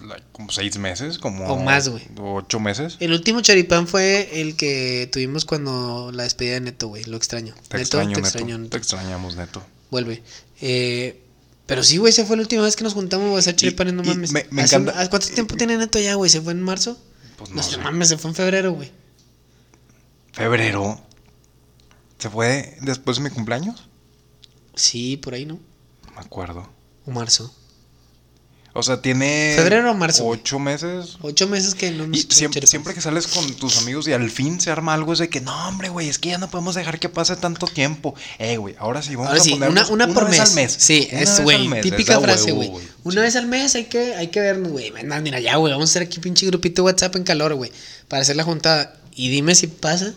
S2: La- Como seis meses, como.
S1: O más, güey. Eh,
S2: Ocho meses.
S1: El último choripán fue el que tuvimos cuando la despedida de Neto, güey. Lo extraño.
S2: Te
S1: Neto,
S2: extraño,
S1: te
S2: Neto.
S1: extraño,
S2: Te
S1: Neto.
S2: extrañamos, Neto.
S1: Vuelve. Eh, pero sí, güey, se fue la última vez que nos juntamos güey, a hacer choripanes, no
S2: y
S1: mames.
S2: me- me
S1: Hace-
S2: encanta-
S1: ¿a ¿Cuánto tiempo tiene Neto ya, güey? ¿Se fue en marzo?
S2: Pues
S1: No,
S2: no
S1: se
S2: sé.
S1: mames, se fue en febrero, güey.
S2: Febrero. ¿Se fue después de mi cumpleaños?
S1: Sí, por ahí, ¿no?
S2: No me acuerdo.
S1: O marzo.
S2: O sea, tiene.
S1: Febrero o marzo, güey.
S2: Ocho meses.
S1: Ocho meses que no pues. hemos
S2: Y
S1: hecho
S2: siempre,
S1: choripanes.
S2: siempre que sales con tus amigos y al fin se arma algo es de que no, hombre, güey, es que ya no podemos dejar que pase tanto tiempo. Eh, güey, ahora sí vamos
S1: Ahora
S2: a
S1: sí,
S2: poner
S1: una, una por mes.
S2: al mes.
S1: Sí,
S2: Una vez
S1: es,
S2: al
S1: güey.
S2: mes,
S1: Típica
S2: es la
S1: frase,
S2: huevo,
S1: güey. Una
S2: Sí.
S1: vez al mes hay que, hay que vernos, güey. Es más, Mira, ya, güey. Vamos a hacer aquí pinche grupito de WhatsApp en calor, güey. Para hacer la juntada. Y dime si pasa.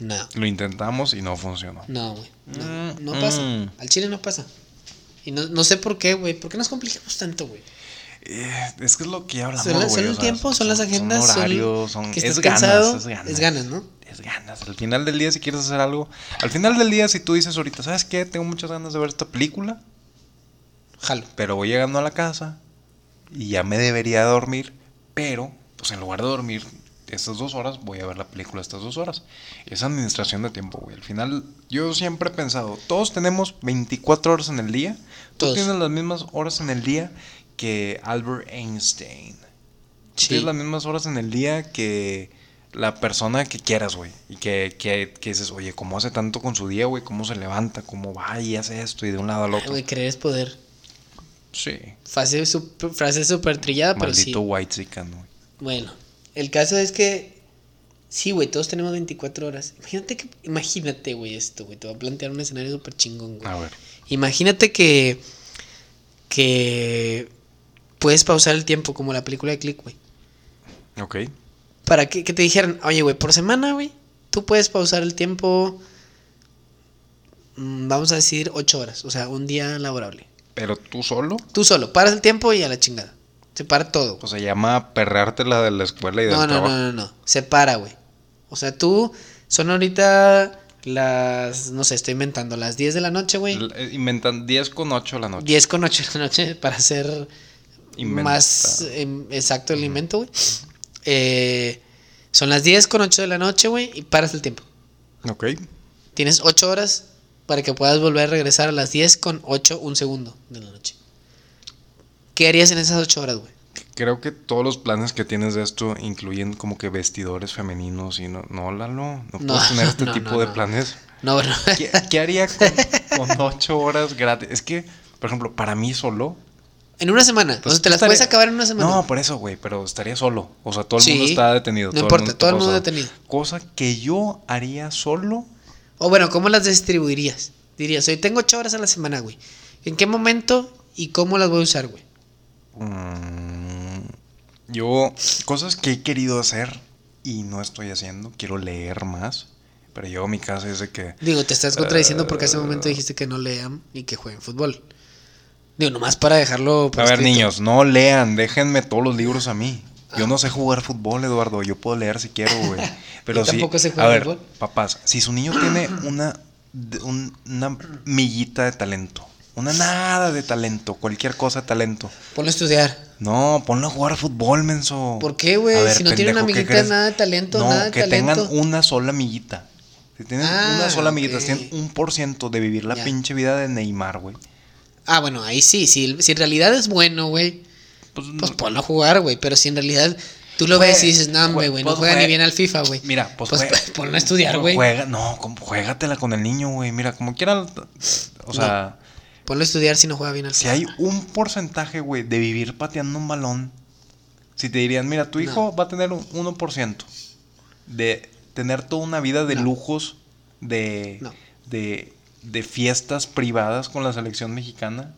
S1: No,
S2: Lo intentamos y no funcionó.
S1: no, güey. No,
S2: Mm,
S1: no pasa.
S2: mm.
S1: Al chile no pasa. Y no, no sé por qué, güey. ¿Por qué nos complicamos tanto, güey?
S2: Eh, es que es lo que ya hablamos,
S1: Son, la-
S2: güey,
S1: son
S2: o
S1: el
S2: sea,
S1: tiempo, son las agendas,
S2: Son
S1: son,
S2: horarios, son...
S1: que
S2: es
S1: estás
S2: ganas,
S1: cansado.
S2: es ganas.
S1: Es ganas, ¿no?
S2: Es ganas. Al final del día, si quieres hacer algo... Al final del día, si tú dices ahorita, ¿sabes qué? Tengo muchas ganas de ver esta película,
S1: Jalo.
S2: pero voy llegando a la casa y ya me debería dormir, pero, pues en lugar de dormir estas dos horas, voy a ver la película estas dos horas. Es administración de tiempo, güey. Al final, yo siempre he pensado, todos tenemos 24 horas en el día.
S1: Todos.
S2: Tú tienes las mismas horas en el día que Albert Einstein. Tú
S1: Sí.
S2: Tienes las mismas horas en el día que la persona que quieras, güey. Y que, que, que dices, oye, ¿cómo hace tanto con su día, güey? ¿Cómo se levanta? ¿Cómo va y hace esto y de un lado al
S1: Ay,
S2: otro?
S1: Güey, creer es poder.
S2: sí.
S1: Frase súper frase super trillada, Ah, pero sí.
S2: Maldito white chican, güey.
S1: Bueno, el caso es que sí, güey, todos tenemos 24 horas. Imagínate que imagínate, güey, esto, güey, te voy a plantear un escenario súper chingón, güey.
S2: A ver.
S1: Imagínate que que puedes pausar el tiempo como la película de Click, güey.
S2: Ok.
S1: Para que, que te dijeran, "Oye, güey, por semana, güey, tú puedes pausar el tiempo mm, vamos a decir 8 horas, o sea, un día laborable.
S2: Pero tú solo.
S1: Tú solo paras el tiempo y a la chingada. Se para todo.
S2: Pues se llama perrarte la de la escuela y del
S1: No, no,
S2: trabajo.
S1: no, no, no. Separa, güey. O sea, tú son ahorita las, no sé, estoy inventando, las 10 de la noche, güey.
S2: L- eh, Inventan 10 con 8 la noche.
S1: 10 con 8 de la noche para hacer
S2: Inventa.
S1: más em, exacto el invento, güey. Eh, son las 10 con 8 de la noche, güey, y paras el tiempo.
S2: Ok.
S1: Tienes 8 horas para que puedas volver a regresar a las 10 con 8, un segundo de la noche. ¿Qué harías en esas 8 horas, güey?
S2: Creo que todos los planes que tienes de esto incluyen como que vestidores femeninos y no, no Lalo, no,
S1: No,
S2: puedes tener este
S1: no,
S2: tipo
S1: no,
S2: de
S1: no.
S2: planes.
S1: No, bueno.
S2: ¿Qué, qué haría con, con ocho horas gratis? Es que, por ejemplo, para mí solo.
S1: En una semana. o
S2: pues,
S1: sea, te
S2: tú
S1: las puedes
S2: estaría-
S1: acabar en una semana.
S2: No, por eso, güey, pero estaría solo. O sea, todo el
S1: Sí,
S2: mundo está detenido.
S1: no importa, todo el
S2: está
S1: mundo
S2: pausado.
S1: detenido.
S2: Cosa que yo haría solo.
S1: O bueno, ¿cómo las distribuirías? Dirías, hoy tengo 8 horas a la semana, güey. ¿En qué momento y cómo las voy a usar, güey?
S2: mm, yo. Cosas que he querido hacer y no estoy haciendo, quiero leer más. Pero yo a mi casa es de que
S1: Digo, te estás contradiciendo porque hace un
S2: Ah.
S1: momento dijiste que no lean y que jueguen fútbol. Digo, nomás para dejarlo. por
S2: A ver,
S1: escrito.
S2: niños, no lean, déjenme todos los libros a mí. Yo
S1: Ah.
S2: no sé jugar fútbol, Eduardo. Yo puedo leer si quiero, güey. Pero
S1: Yo
S2: sí.
S1: tampoco sé
S2: a
S1: jugar
S2: ver,
S1: fútbol.
S2: papás, si su niño tiene una, de- un- una millita de talento, una nada de talento, cualquier cosa de talento,
S1: Ponlo a estudiar.
S2: no, ponlo a jugar fútbol, menso.
S1: ¿Por qué, güey?
S2: A ver,
S1: Si no tiene una
S2: pendejo, ¿qué
S1: amiguita,
S2: crees?
S1: nada de talento,
S2: No,
S1: nada de
S2: que
S1: talento.
S2: tengan una sola amiguita. Si tienen
S1: Ah,
S2: una sola amiguita,
S1: ok.
S2: si tienen un por ciento de vivir la
S1: Ya.
S2: pinche vida de Neymar, güey.
S1: Ah, bueno, ahí sí. Si, si en realidad es bueno, güey, pues ponlo a jugar, güey. Pero si en realidad tú lo
S2: Jue-
S1: ves y dices, no,
S2: jue-
S1: hombre, güey, no
S2: Mm. pues
S1: juega
S2: jue-
S1: ni bien al FIFA, güey.
S2: Mira, pues,
S1: Pues,
S2: jue-
S1: ponlo a estudiar, güey.
S2: Juega, no, como, juégatela con el niño, güey. Mira, como quiera. O sea,
S1: Ponlo a estudiar si no juega bien al
S2: pues. si
S1: FIFA.
S2: hay un porcentaje, güey, de vivir pateando un balón, si te dirían, mira, tu hijo va a tener un 1% de tener toda una vida de
S1: No.
S2: lujos, de,
S1: No.
S2: de, de fiestas privadas con la selección mexicana.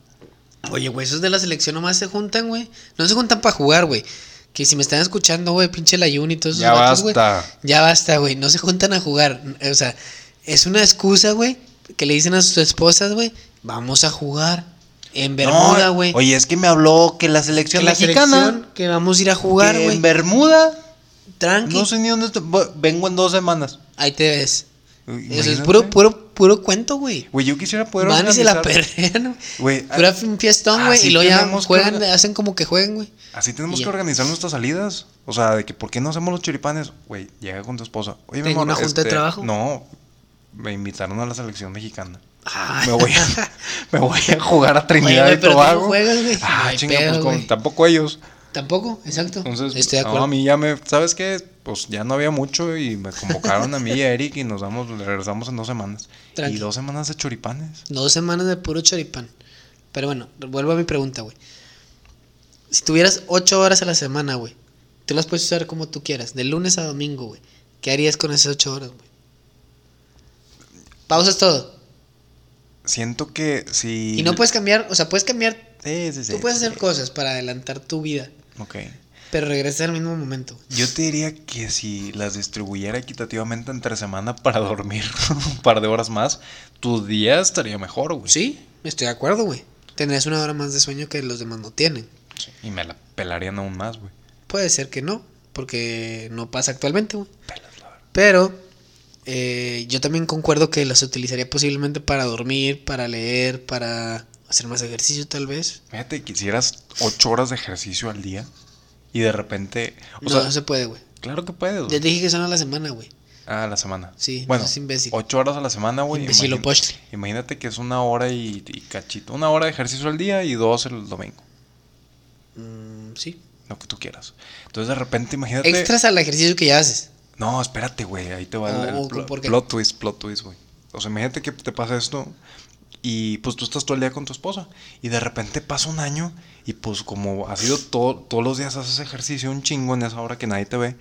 S1: Oye, güey, esos de la selección nomás se juntan, güey. No se juntan para jugar, güey. Que si me están escuchando, güey, pinche la Jun y todos esos
S2: Ya
S1: vatos, güey.
S2: basta.
S1: Ya basta, güey. No se juntan a jugar. O sea, es una excusa, güey, que le dicen a sus esposas, güey, vamos a jugar en Bermuda,
S3: No,
S1: güey.
S3: Oye, es que me habló que la selección
S1: que la
S3: mexicana.
S1: selección, que vamos a ir a jugar,
S3: que
S1: güey.
S3: en Bermuda.
S1: Tranqui,
S2: No sé ni dónde estoy. Voy- Vengo en dos semanas.
S1: ahí te ves. Eso es
S2: Imagínate.
S1: puro, puro, puro cuento, güey.
S2: Güey, yo quisiera poder
S1: Van y se la
S2: organizar-
S1: perrean, güey.
S2: Güey,
S1: Pura un fiestón, güey,
S2: así
S1: y luego ya
S2: tenemos que
S1: juegan,
S2: orga-
S1: hacen como que jueguen, güey.
S2: Así tenemos
S1: Y
S2: que
S1: ya.
S2: organizar nuestras salidas. O sea, de que ¿por qué no hacemos los choripanes? Güey, llega con tu esposa. Oye, mi
S1: Tengo
S2: amor, este,
S1: una junta de trabajo.
S2: No, me invitaron a la selección mexicana.
S1: Ah.
S2: Me voy a, me voy a jugar a Trinidad
S1: Oye, güey,
S2: y
S1: pero tú no
S2: Tobago.
S1: juegas, güey. No
S2: Ah,
S1: hay
S2: chinga,
S1: pedo,
S2: pues con-
S1: güey.
S2: tampoco ellos.
S1: Tampoco, exacto.
S2: Entonces,
S1: Estoy de
S2: no,
S1: acuerdo.
S2: a mí ya me, ¿sabes qué? Pues ya no había mucho y me convocaron a mí y a Eric y nos damos, regresamos en dos semanas.
S1: Tranqui.
S2: Y dos semanas de choripanes.
S1: Dos semanas de puro choripán. Pero bueno, vuelvo a mi pregunta, güey. Si tuvieras ocho horas a la semana, güey, tú las puedes usar como tú quieras, de lunes a domingo, güey. ¿Qué harías con esas ocho horas, güey? Pausas todo.
S2: Siento que si...
S1: Y no puedes cambiar, o sea, puedes cambiar,
S2: Sí, sí, sí.
S1: tú puedes
S2: sí.
S1: hacer cosas para adelantar tu vida,
S2: Ok.
S1: pero regresas al mismo momento. güey.
S2: Yo te diría que si las distribuyera equitativamente entre semana para dormir un par de horas más, tu día estaría mejor, güey.
S1: Sí, estoy de acuerdo, güey. Tendrías una hora más de sueño que los demás no tienen.
S2: Sí, Y me la pelarían aún más, güey.
S1: Puede ser que no, porque no pasa actualmente, güey.
S2: Pelas, la verdad.
S1: Pero eh, yo también concuerdo que las utilizaría posiblemente para dormir, para leer, para hacer más ejercicio tal vez.
S2: Fíjate que hicieras ocho horas de ejercicio al día y de repente. O
S1: no,
S2: sea,
S1: no se puede, güey.
S2: claro que puedes,
S1: Ya te
S2: güey.
S1: dije que son a la semana, güey.
S2: Ah, a la semana.
S1: Sí, no
S2: bueno,
S1: seas imbécil.
S2: ocho horas a la semana, güey.
S1: Imbécil
S2: imagina-
S1: oposte.
S2: Imagínate que es una hora y, y cachito. Una hora de ejercicio al día y dos el domingo.
S1: Mm, sí.
S2: Lo que tú quieras. Entonces, de repente, imagínate.
S1: Extras al ejercicio que ya haces.
S2: No, espérate, güey. Ahí te va el- el,
S1: Oh,
S2: plo-
S1: ¿por qué?
S2: plot twist, plot twist, güey. O sea, imagínate que te pasa esto y pues tú estás todo el día con tu esposa y de repente pasa un año y pues como ha sido todo, todos los días haces ejercicio un chingo en esa hora que nadie te ve,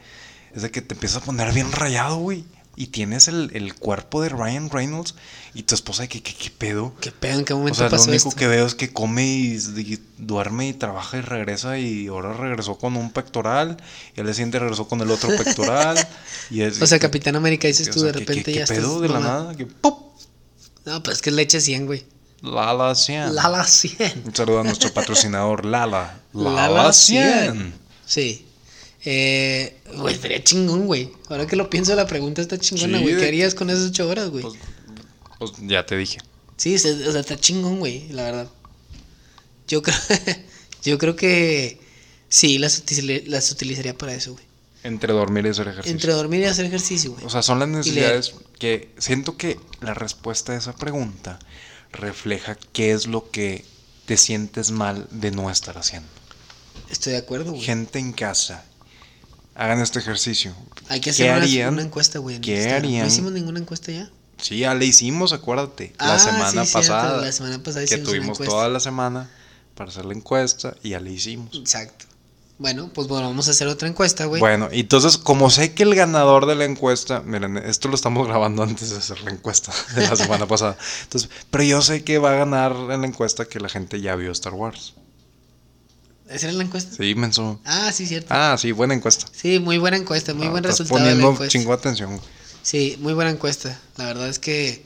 S2: es de que te empiezas a poner bien rayado, güey. Y tienes el, el cuerpo de Ryan Reynolds y tu esposa de que, que, que pedo.
S1: ¿Qué pedo? ¿En qué
S2: O
S1: momento
S2: sea, lo
S1: pasó
S2: único
S1: esto?
S2: que veo es que come y, s- y duerme y trabaja y regresa y ahora regresó con un pectoral y al día siguiente regresó con el otro pectoral. y es-
S1: O sea,
S2: y-
S1: Capitán América dices
S2: o
S1: tú
S2: sea,
S1: de
S2: que- que-
S1: repente
S2: que
S1: ya estás...
S2: pedo de la
S1: mamá.
S2: nada? Que ¡pop!
S1: No, pero es que es leche 100, güey.
S2: Lala 100.
S1: Lala 100.
S2: Un saludo a nuestro patrocinador Lala.
S1: Lala
S2: Lala,
S1: 100.
S2: 100.
S1: Sí. Eh, güey, estaría chingón, güey. Ahora que lo pienso, la pregunta está chingona,
S2: Sí,
S1: güey. ¿Qué
S2: de-
S1: harías con esas ocho horas, güey?
S2: Pues, pues ya te dije.
S1: Sí, se- o sea, está chingón, güey, la verdad. Yo creo, yo creo que sí, las, util- las utilizaría para eso, güey.
S2: Entre dormir y hacer ejercicio.
S1: Entre dormir y hacer ejercicio, güey.
S2: O sea, son las
S1: leer.
S2: necesidades que siento que la respuesta a esa pregunta refleja qué es lo que te sientes mal de no estar haciendo.
S1: Estoy de acuerdo, güey.
S2: Gente en casa, hagan este ejercicio.
S1: Hay que
S2: ¿qué
S1: hacer una-
S2: harían?
S1: una encuesta, güey. en
S2: ¿Qué
S1: Instagram.
S2: harían?
S1: No hicimos ninguna encuesta ya.
S2: Sí, ya le hicimos, acuérdate,
S1: Ah,
S2: la semana
S1: sí, cierto,
S2: pasada.
S1: la semana pasada
S2: que
S1: hicimos una
S2: tuvimos
S1: encuesta.
S2: toda la semana para hacer la encuesta y ya le hicimos.
S1: Exacto. Bueno, pues bueno, vamos a hacer otra encuesta, güey.
S2: Bueno, entonces, como sé que el ganador de la encuesta, miren, esto lo estamos grabando antes de hacer la encuesta de la semana pasada. Entonces, pero yo sé que va a ganar en la encuesta que la gente ya vio Star Wars.
S1: ¿Esa era la encuesta?
S2: Sí, menso.
S1: Ah, sí, cierto.
S2: Ah, sí, buena encuesta.
S1: Sí, muy buena encuesta, muy
S2: Ah,
S1: buen
S2: estás
S1: resultado de la
S2: poniendo
S1: encuesta.
S2: chingo atención.
S1: Sí, muy buena encuesta. La verdad es que,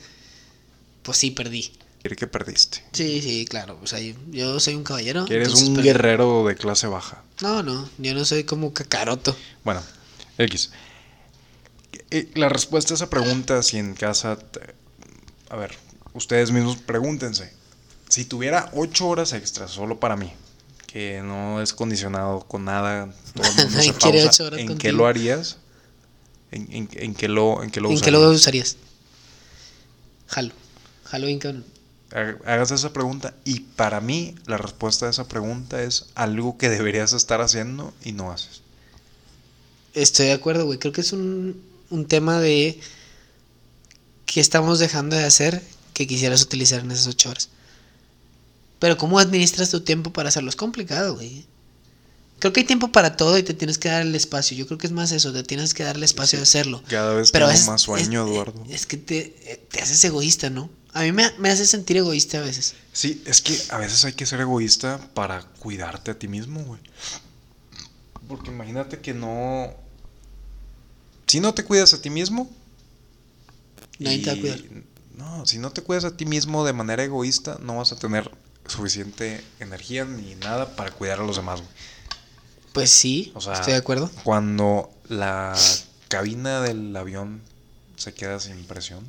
S1: pues sí, perdí.
S2: Quiere que perdiste.
S1: Sí, sí, claro. O sea, yo- yo soy un caballero.
S2: Que eres
S1: entonces
S2: un
S1: perdí.
S2: guerrero de clase baja.
S1: No, no, yo no soy como cacaroto.
S2: Bueno, X. Eh, La respuesta a esa pregunta, si en casa... te- A ver, ustedes mismos pregúntense. Si tuviera ocho horas extras solo para mí, que no es condicionado con nada, todo el mundo
S1: Nadie
S2: se
S1: quiere
S2: pausa,
S1: ocho horas
S2: ¿en qué
S1: contigo.
S2: lo harías? ¿En, en, en qué lo, en qué lo
S1: ¿En qué lo
S2: usarías?
S1: usarías? Jalo. Jalo bien cabrón.
S2: Ha- Hagas esa pregunta y para mí la respuesta a esa pregunta es algo que deberías estar haciendo y no haces.
S1: Estoy de acuerdo, güey. Creo que es un, un tema de qué estamos dejando de hacer que quisieras utilizar en esas ocho horas. Pero cómo administras tu tiempo para hacerlo es complicado, güey. Creo que hay tiempo para todo y te tienes que dar el espacio. Yo creo que es más eso, te tienes que dar el espacio de hacerlo.
S2: Cada vez
S1: Pero
S2: tengo
S1: es-
S2: más sueño,
S1: es-
S2: Eduardo.
S1: Es que te, eh, te haces egoísta, ¿no? A mí me, me hace sentir egoísta a veces.
S2: Sí, es que a veces hay que ser egoísta para cuidarte a ti mismo, güey. Porque imagínate que no... Si no te cuidas a ti mismo...
S1: Nadie te va a cuidar.
S2: No, si no te cuidas a ti mismo de manera egoísta, no vas a tener suficiente energía ni nada para cuidar a los demás, güey.
S1: Pues sí,
S2: O sea,
S1: estoy de acuerdo.
S2: Cuando la cabina del avión se queda sin presión,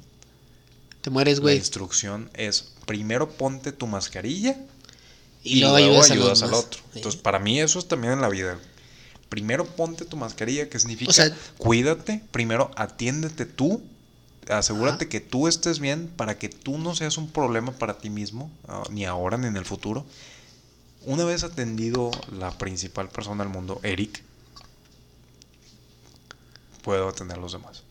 S1: Te mueres,
S2: la
S1: güey.
S2: instrucción es primero ponte tu mascarilla
S1: Y, luego ayudas, a los
S2: al
S1: demás.
S2: otro.
S1: Sí.
S2: Entonces, para mí eso es también en la vida. Primero ponte tu mascarilla, que significa
S1: O sea-
S2: cuídate, primero atiéndete tú, asegúrate
S1: Ajá.
S2: que tú estés bien para que tú no seas un problema para ti mismo, ah, ni ahora ni en el futuro. Una vez atendido la principal persona del mundo, Eric, puedo atender a los demás.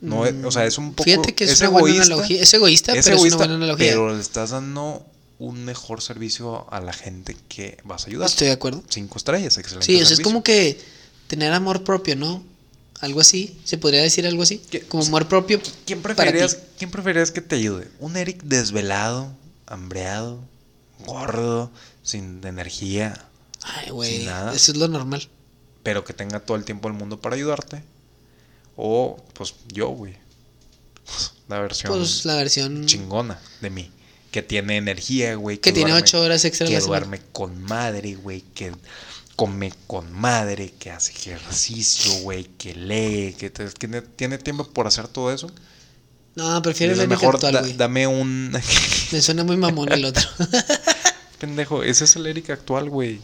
S2: No, es- o sea, es un poco
S1: Fíjate que es,
S2: es
S1: una buena
S2: egoísta,
S1: analogía. Es egoísta,
S2: es
S1: pero es
S2: egoísta,
S1: una buena analogía.
S2: pero le estás dando un mejor servicio a la gente que vas a ayudar.
S1: Estoy de acuerdo.
S2: Cinco estrellas, excelente.
S1: Este Sí, o sea, es
S2: servicio.
S1: como que tener amor propio, ¿no? Algo así. ¿Se podría decir algo así?
S2: ¿Qué?
S1: Como amor propio.
S2: ¿Quién
S1: para
S2: preferirías,
S1: ti.
S2: ¿Quién preferirías que te ayude? ¿Un Eric desvelado, hambreado, gordo, sin energía,
S1: Ay, güey.
S2: Sin nada.
S1: Eso es lo normal.
S2: pero que tenga todo el tiempo del mundo para ayudarte? O, pues, yo, güey. La versión
S1: Pues la versión.
S2: chingona de mí. Que tiene energía, güey.
S1: Que tiene
S2: duerme-
S1: ocho horas extra a
S2: que
S1: la semana.
S2: duerme con madre, güey, que come con madre, que hace ejercicio, güey, que lee, que te- tiene, tiene tiempo por hacer todo eso.
S1: No, prefiero
S2: Y
S1: el
S2: es
S1: Eric
S2: mejor
S1: actual,
S2: da-
S1: güey.
S2: dame un
S1: Me suena muy mamón el otro.
S2: pendejo, ese es el Eric actual, güey.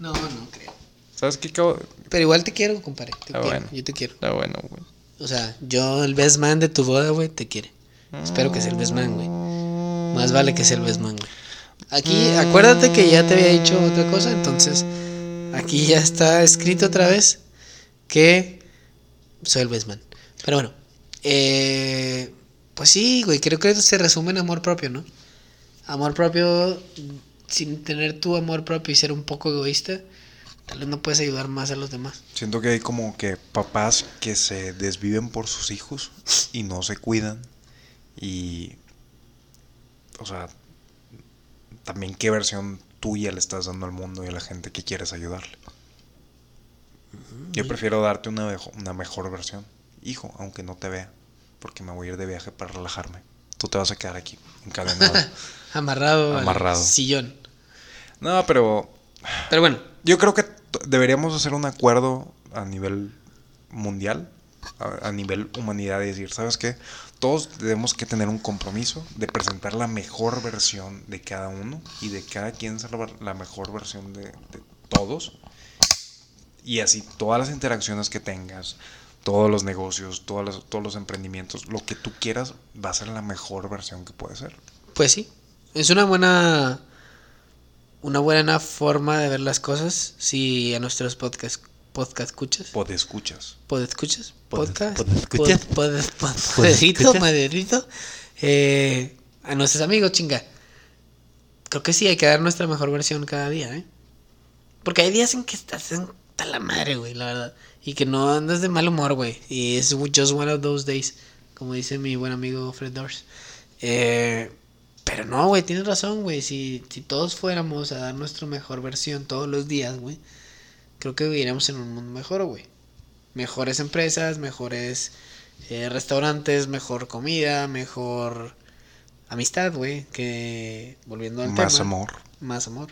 S1: no, no creo.
S2: ¿Sabes qué cabo?
S1: Pero igual te quiero, compadre. Te
S2: Ah,
S1: quiero.
S2: bueno.
S1: Yo te quiero.
S2: Está bueno, güey.
S1: O sea, yo, el best man de tu boda, güey, te quiere. Espero que sea el best man, güey. Más vale que sea el best man, güey. Aquí, acuérdate que ya te había dicho otra cosa, entonces aquí ya está escrito otra vez que soy el best man. Pero bueno, eh, pues sí, güey, creo que se resume en amor propio, ¿no? Amor propio, sin tener tu amor propio y ser un poco egoísta, tal vez no puedes ayudar más a los demás.
S2: Siento que hay como que papás que se desviven por sus hijos y no se cuidan. Y. O sea, también qué versión tuya le estás dando al mundo y a la gente que quieres ayudarle. Yo prefiero darte una, mejo- una mejor versión, hijo, aunque no te vea, porque me voy a ir de viaje para relajarme. Tú te vas a quedar aquí, encadenado.
S1: Amarrado, al
S2: Amarrado.
S1: sillón.
S2: no, pero
S1: Pero bueno,
S2: Yo creo que t- deberíamos hacer un acuerdo a nivel mundial, a, a nivel humanidad, y decir, ¿sabes qué? Todos tenemos que tener un compromiso de presentar la mejor versión de cada uno y de cada quien ser la- la mejor versión de, de todos. Y así todas las interacciones que tengas, todos los negocios, todas las- todos los emprendimientos, lo que tú quieras va a ser la mejor versión que puede ser.
S1: Pues sí, es una buena una buena forma de ver las cosas si a nuestros podcast podcast escuchas,
S2: O te escuchas.
S1: pod escuchas,
S3: Pod-
S1: podcast,
S3: podescuchas.
S1: pod- pod- pod-
S3: Podescuchas.
S1: poderito, maderito, eh, a nuestros amigos, chinga. Creo que sí hay que dar nuestra mejor versión cada día, ¿eh? Porque hay días en que estás hasta la madre, güey, la verdad, y que no andas de mal humor, güey, y es just one of those days, como dice mi buen amigo Fred Dorsch. Eh, Pero no, güey, tienes razón, güey. Si, si todos fuéramos a dar nuestra mejor versión todos los días, güey, creo que viviríamos en un mundo mejor, güey. Mejores empresas, mejores eh, restaurantes, mejor comida, mejor amistad, güey. Que volviendo al
S2: Más
S1: tema.
S2: amor.
S1: Más amor.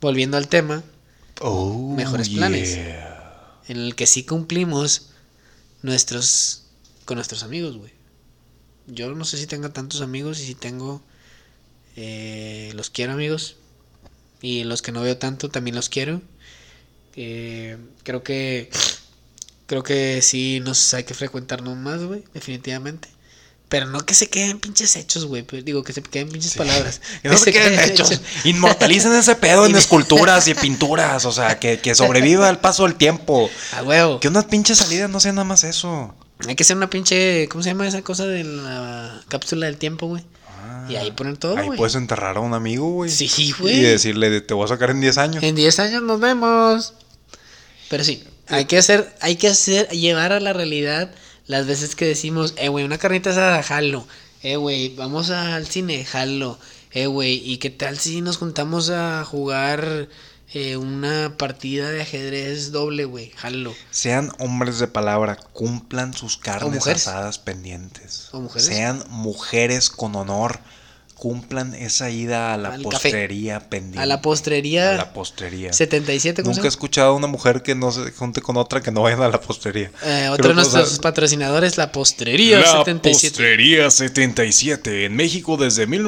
S1: Volviendo al tema,
S2: Oh,
S1: Mejores planes. en el que sí cumplimos nuestros con nuestros amigos, güey. Yo no sé si tenga tantos amigos y si tengo eh, los quiero amigos y los que no veo tanto también los quiero. Eh, creo que creo que sí nos hay que frecuentarnos más, güey, definitivamente. Pero no que se queden pinches hechos, güey. pues, Digo, que se queden pinches palabras.
S2: Que no se queden hechos. Inmortalicen ese pedo en esculturas y pinturas. O sea, que, que sobreviva al paso del tiempo.
S1: A huevo.
S2: Que unas pinches salidas no sean nada más eso.
S1: Hay que hacer una pinche. ¿Cómo se llama esa cosa de la cápsula del tiempo, güey?
S2: Ah,
S1: Y ahí ponen todo,
S2: Ahí
S1: güey.
S2: puedes enterrar a un amigo, güey.
S1: Sí,
S2: Y
S1: güey.
S2: decirle, te voy a sacar en 10 años.
S1: En 10 años nos vemos. Pero sí, hay que hacer, hay que hacer, llevar a la realidad las veces que decimos, eh, güey, una carnita asada, jalo. Eh, güey, vamos al cine, jalo. Eh, güey, ¿y qué tal si nos juntamos a jugar eh, una partida de ajedrez doble, güey? Jalo.
S2: Sean hombres de palabra, cumplan sus carnes
S1: mujeres.
S2: asadas pendientes.
S1: O mujeres.
S2: Sean mujeres con honor, cumplan esa ida a la
S1: Al café.
S2: postrería pendiente.
S1: A la postrería.
S2: A la postrería.
S1: 77, ¿cómo se
S2: Nunca he escuchado a una mujer que no se junte con otra que no vayan a la postrería.
S1: Eh, otro
S2: Creo
S1: de
S2: que, o sea,
S1: nuestros patrocinadores, la Postrería
S2: la
S1: 77.
S2: Postrería 77 en México desde mil...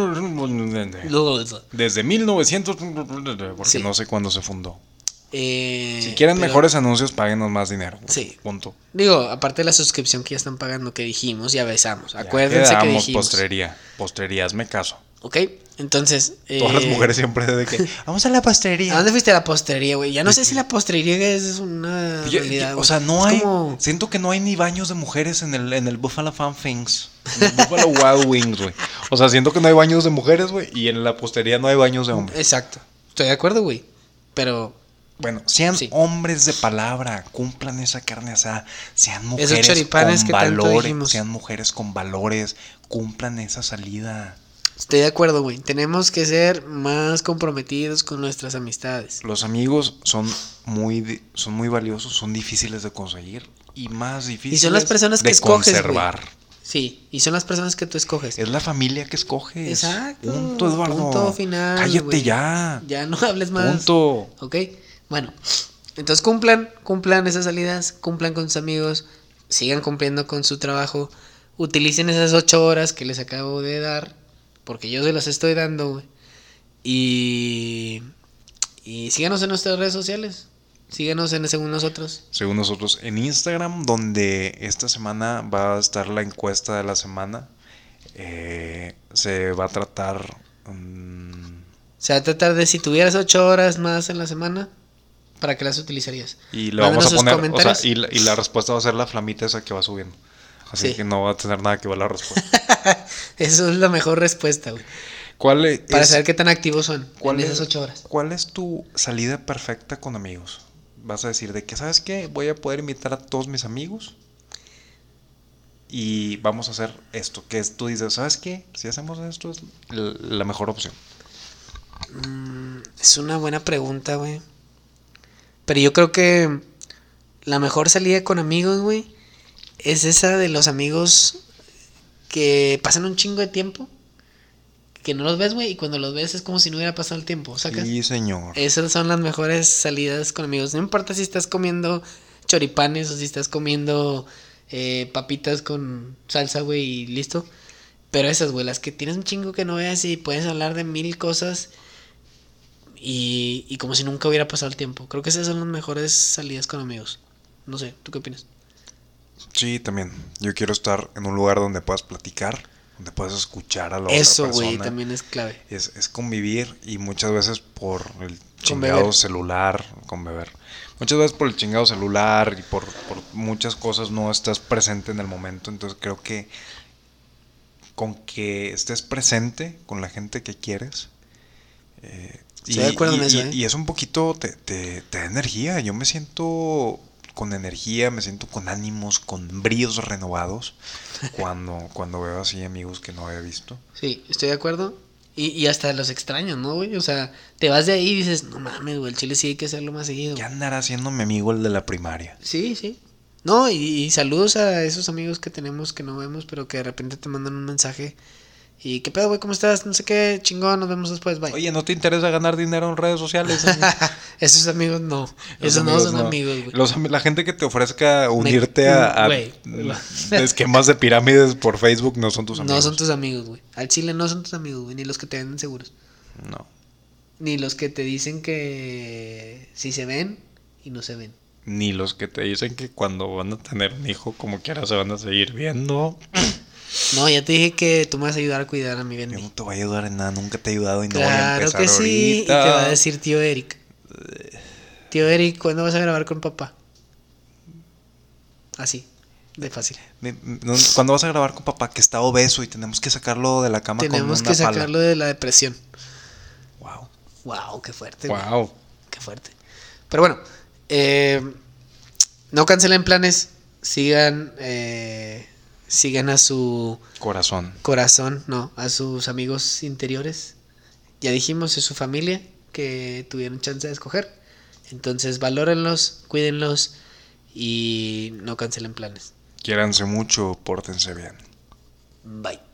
S2: no-
S1: Luego, eso.
S2: desde 1900 porque
S1: Sí.
S2: no sé cuándo se fundó.
S1: Eh,
S2: Si quieren
S1: pero-
S2: mejores anuncios, páguenos más dinero.
S1: Sí.
S2: Punto.
S1: Digo, aparte de la suscripción que ya están pagando, que dijimos y besamos.
S2: Ya
S1: Acuérdense que
S2: quedamos,
S1: dijimos.
S2: postrería. Postrería, hazme caso.
S1: Ok, entonces. eh,
S2: Todas las mujeres siempre de que vamos a la
S1: ¿A
S2: pastelería.
S1: dónde fuiste a la postrería, güey? Ya no sé si la postrería es una
S2: Yo-
S1: realidad.
S2: yo- o
S1: güey.
S2: sea, no
S1: Es
S2: hay.
S1: como-
S2: Siento que no hay ni baños de mujeres en el, en el Buffalo Fan Things. En el Buffalo Wild Wings, güey. O sea, siento que no hay baños de mujeres, güey. Y en la postería no hay baños de hombres.
S1: Exacto. Estoy de acuerdo, güey. Pero
S2: Bueno, sean
S1: Sí.
S2: hombres de palabra. Cumplan esa carne asada. Sean mujeres
S1: choripanes
S2: con
S1: que tanto
S2: valores.
S1: dijimos.
S2: sean mujeres con valores. Cumplan esa salida.
S1: estoy de acuerdo, güey. Tenemos que ser más comprometidos con nuestras amistades.
S2: Los amigos son muy, di- son muy valiosos, son difíciles de conseguir y más difíciles
S1: personas que
S2: de
S1: escoges, güey.
S2: conservar.
S1: Sí, y son las personas que tú escoges.
S2: Es la familia que escoges.
S1: Exacto.
S2: Punto, Eduardo.
S1: Punto final,
S2: Cállate
S1: güey.
S2: ya.
S1: Ya no hables más.
S2: Punto.
S1: ¿Ok? Bueno, entonces cumplan, cumplan esas salidas, cumplan con sus amigos, sigan cumpliendo con su trabajo, utilicen esas ocho horas que les acabo de dar, porque yo se las estoy dando, güey. Y, y síganos en nuestras redes sociales, síganos en según nosotros.
S2: Según nosotros, en Instagram, donde esta semana va a estar la encuesta de la semana, eh, se va a tratar. mm,
S1: Se va a tratar de si tuvieras ocho horas más en la semana, ¿para qué las utilizarías?
S2: Y le
S1: Mándenos
S2: vamos a
S1: sus
S2: poner, o sea,
S1: comentarios.
S2: y la, y la respuesta va a ser la flamita esa que va subiendo. Así
S1: Sí.
S2: que no va a tener nada que ver la respuesta.
S1: Eso es la mejor respuesta, güey.
S2: ¿Cuál es,
S1: Para saber qué tan activos son
S2: ¿Cuál
S1: en
S2: es-
S1: esas ocho horas.
S2: cuál es tu salida perfecta con amigos? Vas a decir de que, ¿sabes qué? Voy a poder invitar a todos mis amigos y vamos a hacer esto. Que es- tú dices, ¿sabes qué? Si hacemos esto es l- la mejor opción.
S1: Mm, es una buena pregunta, güey. Pero yo creo que la mejor salida con amigos, güey, es esa de los amigos que pasan un chingo de tiempo, que no los ves, güey, y cuando los ves es como si no hubiera pasado el tiempo, ¿sacas?
S2: Sí, señor.
S1: Esas son las mejores salidas con amigos. No importa si estás comiendo choripanes o si estás comiendo eh, papitas con salsa, güey, y listo. Pero esas, güey, las que tienes un chingo que no veas y puedes hablar de mil cosas y, y como si nunca hubiera pasado el tiempo. Creo que esas son las mejores salidas con amigos. No sé, ¿tú qué opinas?
S2: Sí, también. Yo quiero estar en un lugar donde puedas platicar, donde puedas escuchar a la
S1: Eso,
S2: otra persona.
S1: güey, también es clave.
S2: Es, es convivir y muchas veces por el
S1: Con
S2: chingado
S1: beber.
S2: celular, con beber. Muchas veces por el chingado celular y por, por muchas cosas no estás presente en el momento. Entonces creo que con que estés presente con la gente que quieres. eh, y,
S1: Estoy de acuerdo
S2: y-
S1: en eso,
S2: y-
S1: ¿eh?
S2: y es un poquito, te, te- te da energía. Yo me siento con energía, me siento con ánimos, con bríos renovados cuando, cuando veo así amigos que no había visto.
S1: Sí, estoy de acuerdo. Y, y hasta los extraños, ¿no, güey? O sea, te vas de ahí y dices, no mames, güey, el chile sí hay que hacerlo más seguido.
S2: ¿Qué andará haciendo mi amigo el de la primaria?
S1: Sí, sí. No, y, y saludos a esos amigos que tenemos que no vemos, pero que de repente te mandan un mensaje. Y qué pedo, güey, ¿cómo estás? No sé qué, chingón, nos vemos después, bye.
S2: Oye, ¿no te interesa ganar dinero en redes sociales? amigo?
S1: Esos amigos no.
S2: Los
S1: Esos no
S2: amigos
S1: son
S2: no.
S1: amigos, güey.
S2: Los am- la gente que te ofrezca unirte
S1: Me-
S2: a, a
S1: Güey.
S2: esquemas de pirámides por Facebook no son tus amigos.
S1: No son tus amigos, güey. Al chile no son tus amigos, güey. Ni los que te venden seguros.
S2: No.
S1: Ni los que te dicen que si se ven y no se ven.
S2: Ni los que te dicen que cuando van a tener un hijo, como quiera, se van a seguir viendo.
S1: No, ya te dije que tú me vas a ayudar a cuidar a mi
S2: Yo
S1: Bendy.
S2: no te voy a ayudar en nada, nunca te he ayudado y no voy a
S1: claro
S2: empezar
S1: que sí. Y te
S2: ahorita.
S1: va a decir tío Eric. Tío Eric, ¿cuándo vas a grabar con papá? Así, de fácil.
S2: Me- me- no, ¿Cuándo vas a grabar con papá que está obeso y tenemos que sacarlo de la cama
S1: Tenemos
S2: con una
S1: que sacarlo de la depresión.
S2: Wow.
S1: Wow, qué fuerte. güey.
S2: Wow.
S1: Qué fuerte. Pero bueno, eh, no cancelen planes. Sigan, eh, sigan a su
S2: Corazón.
S1: corazón, no, a sus amigos interiores. Ya dijimos, es su familia que tuvieron chance de escoger. Entonces, valórenlos, cuídenlos y no cancelen planes.
S2: Quiéranse mucho, pórtense bien.
S1: Bye.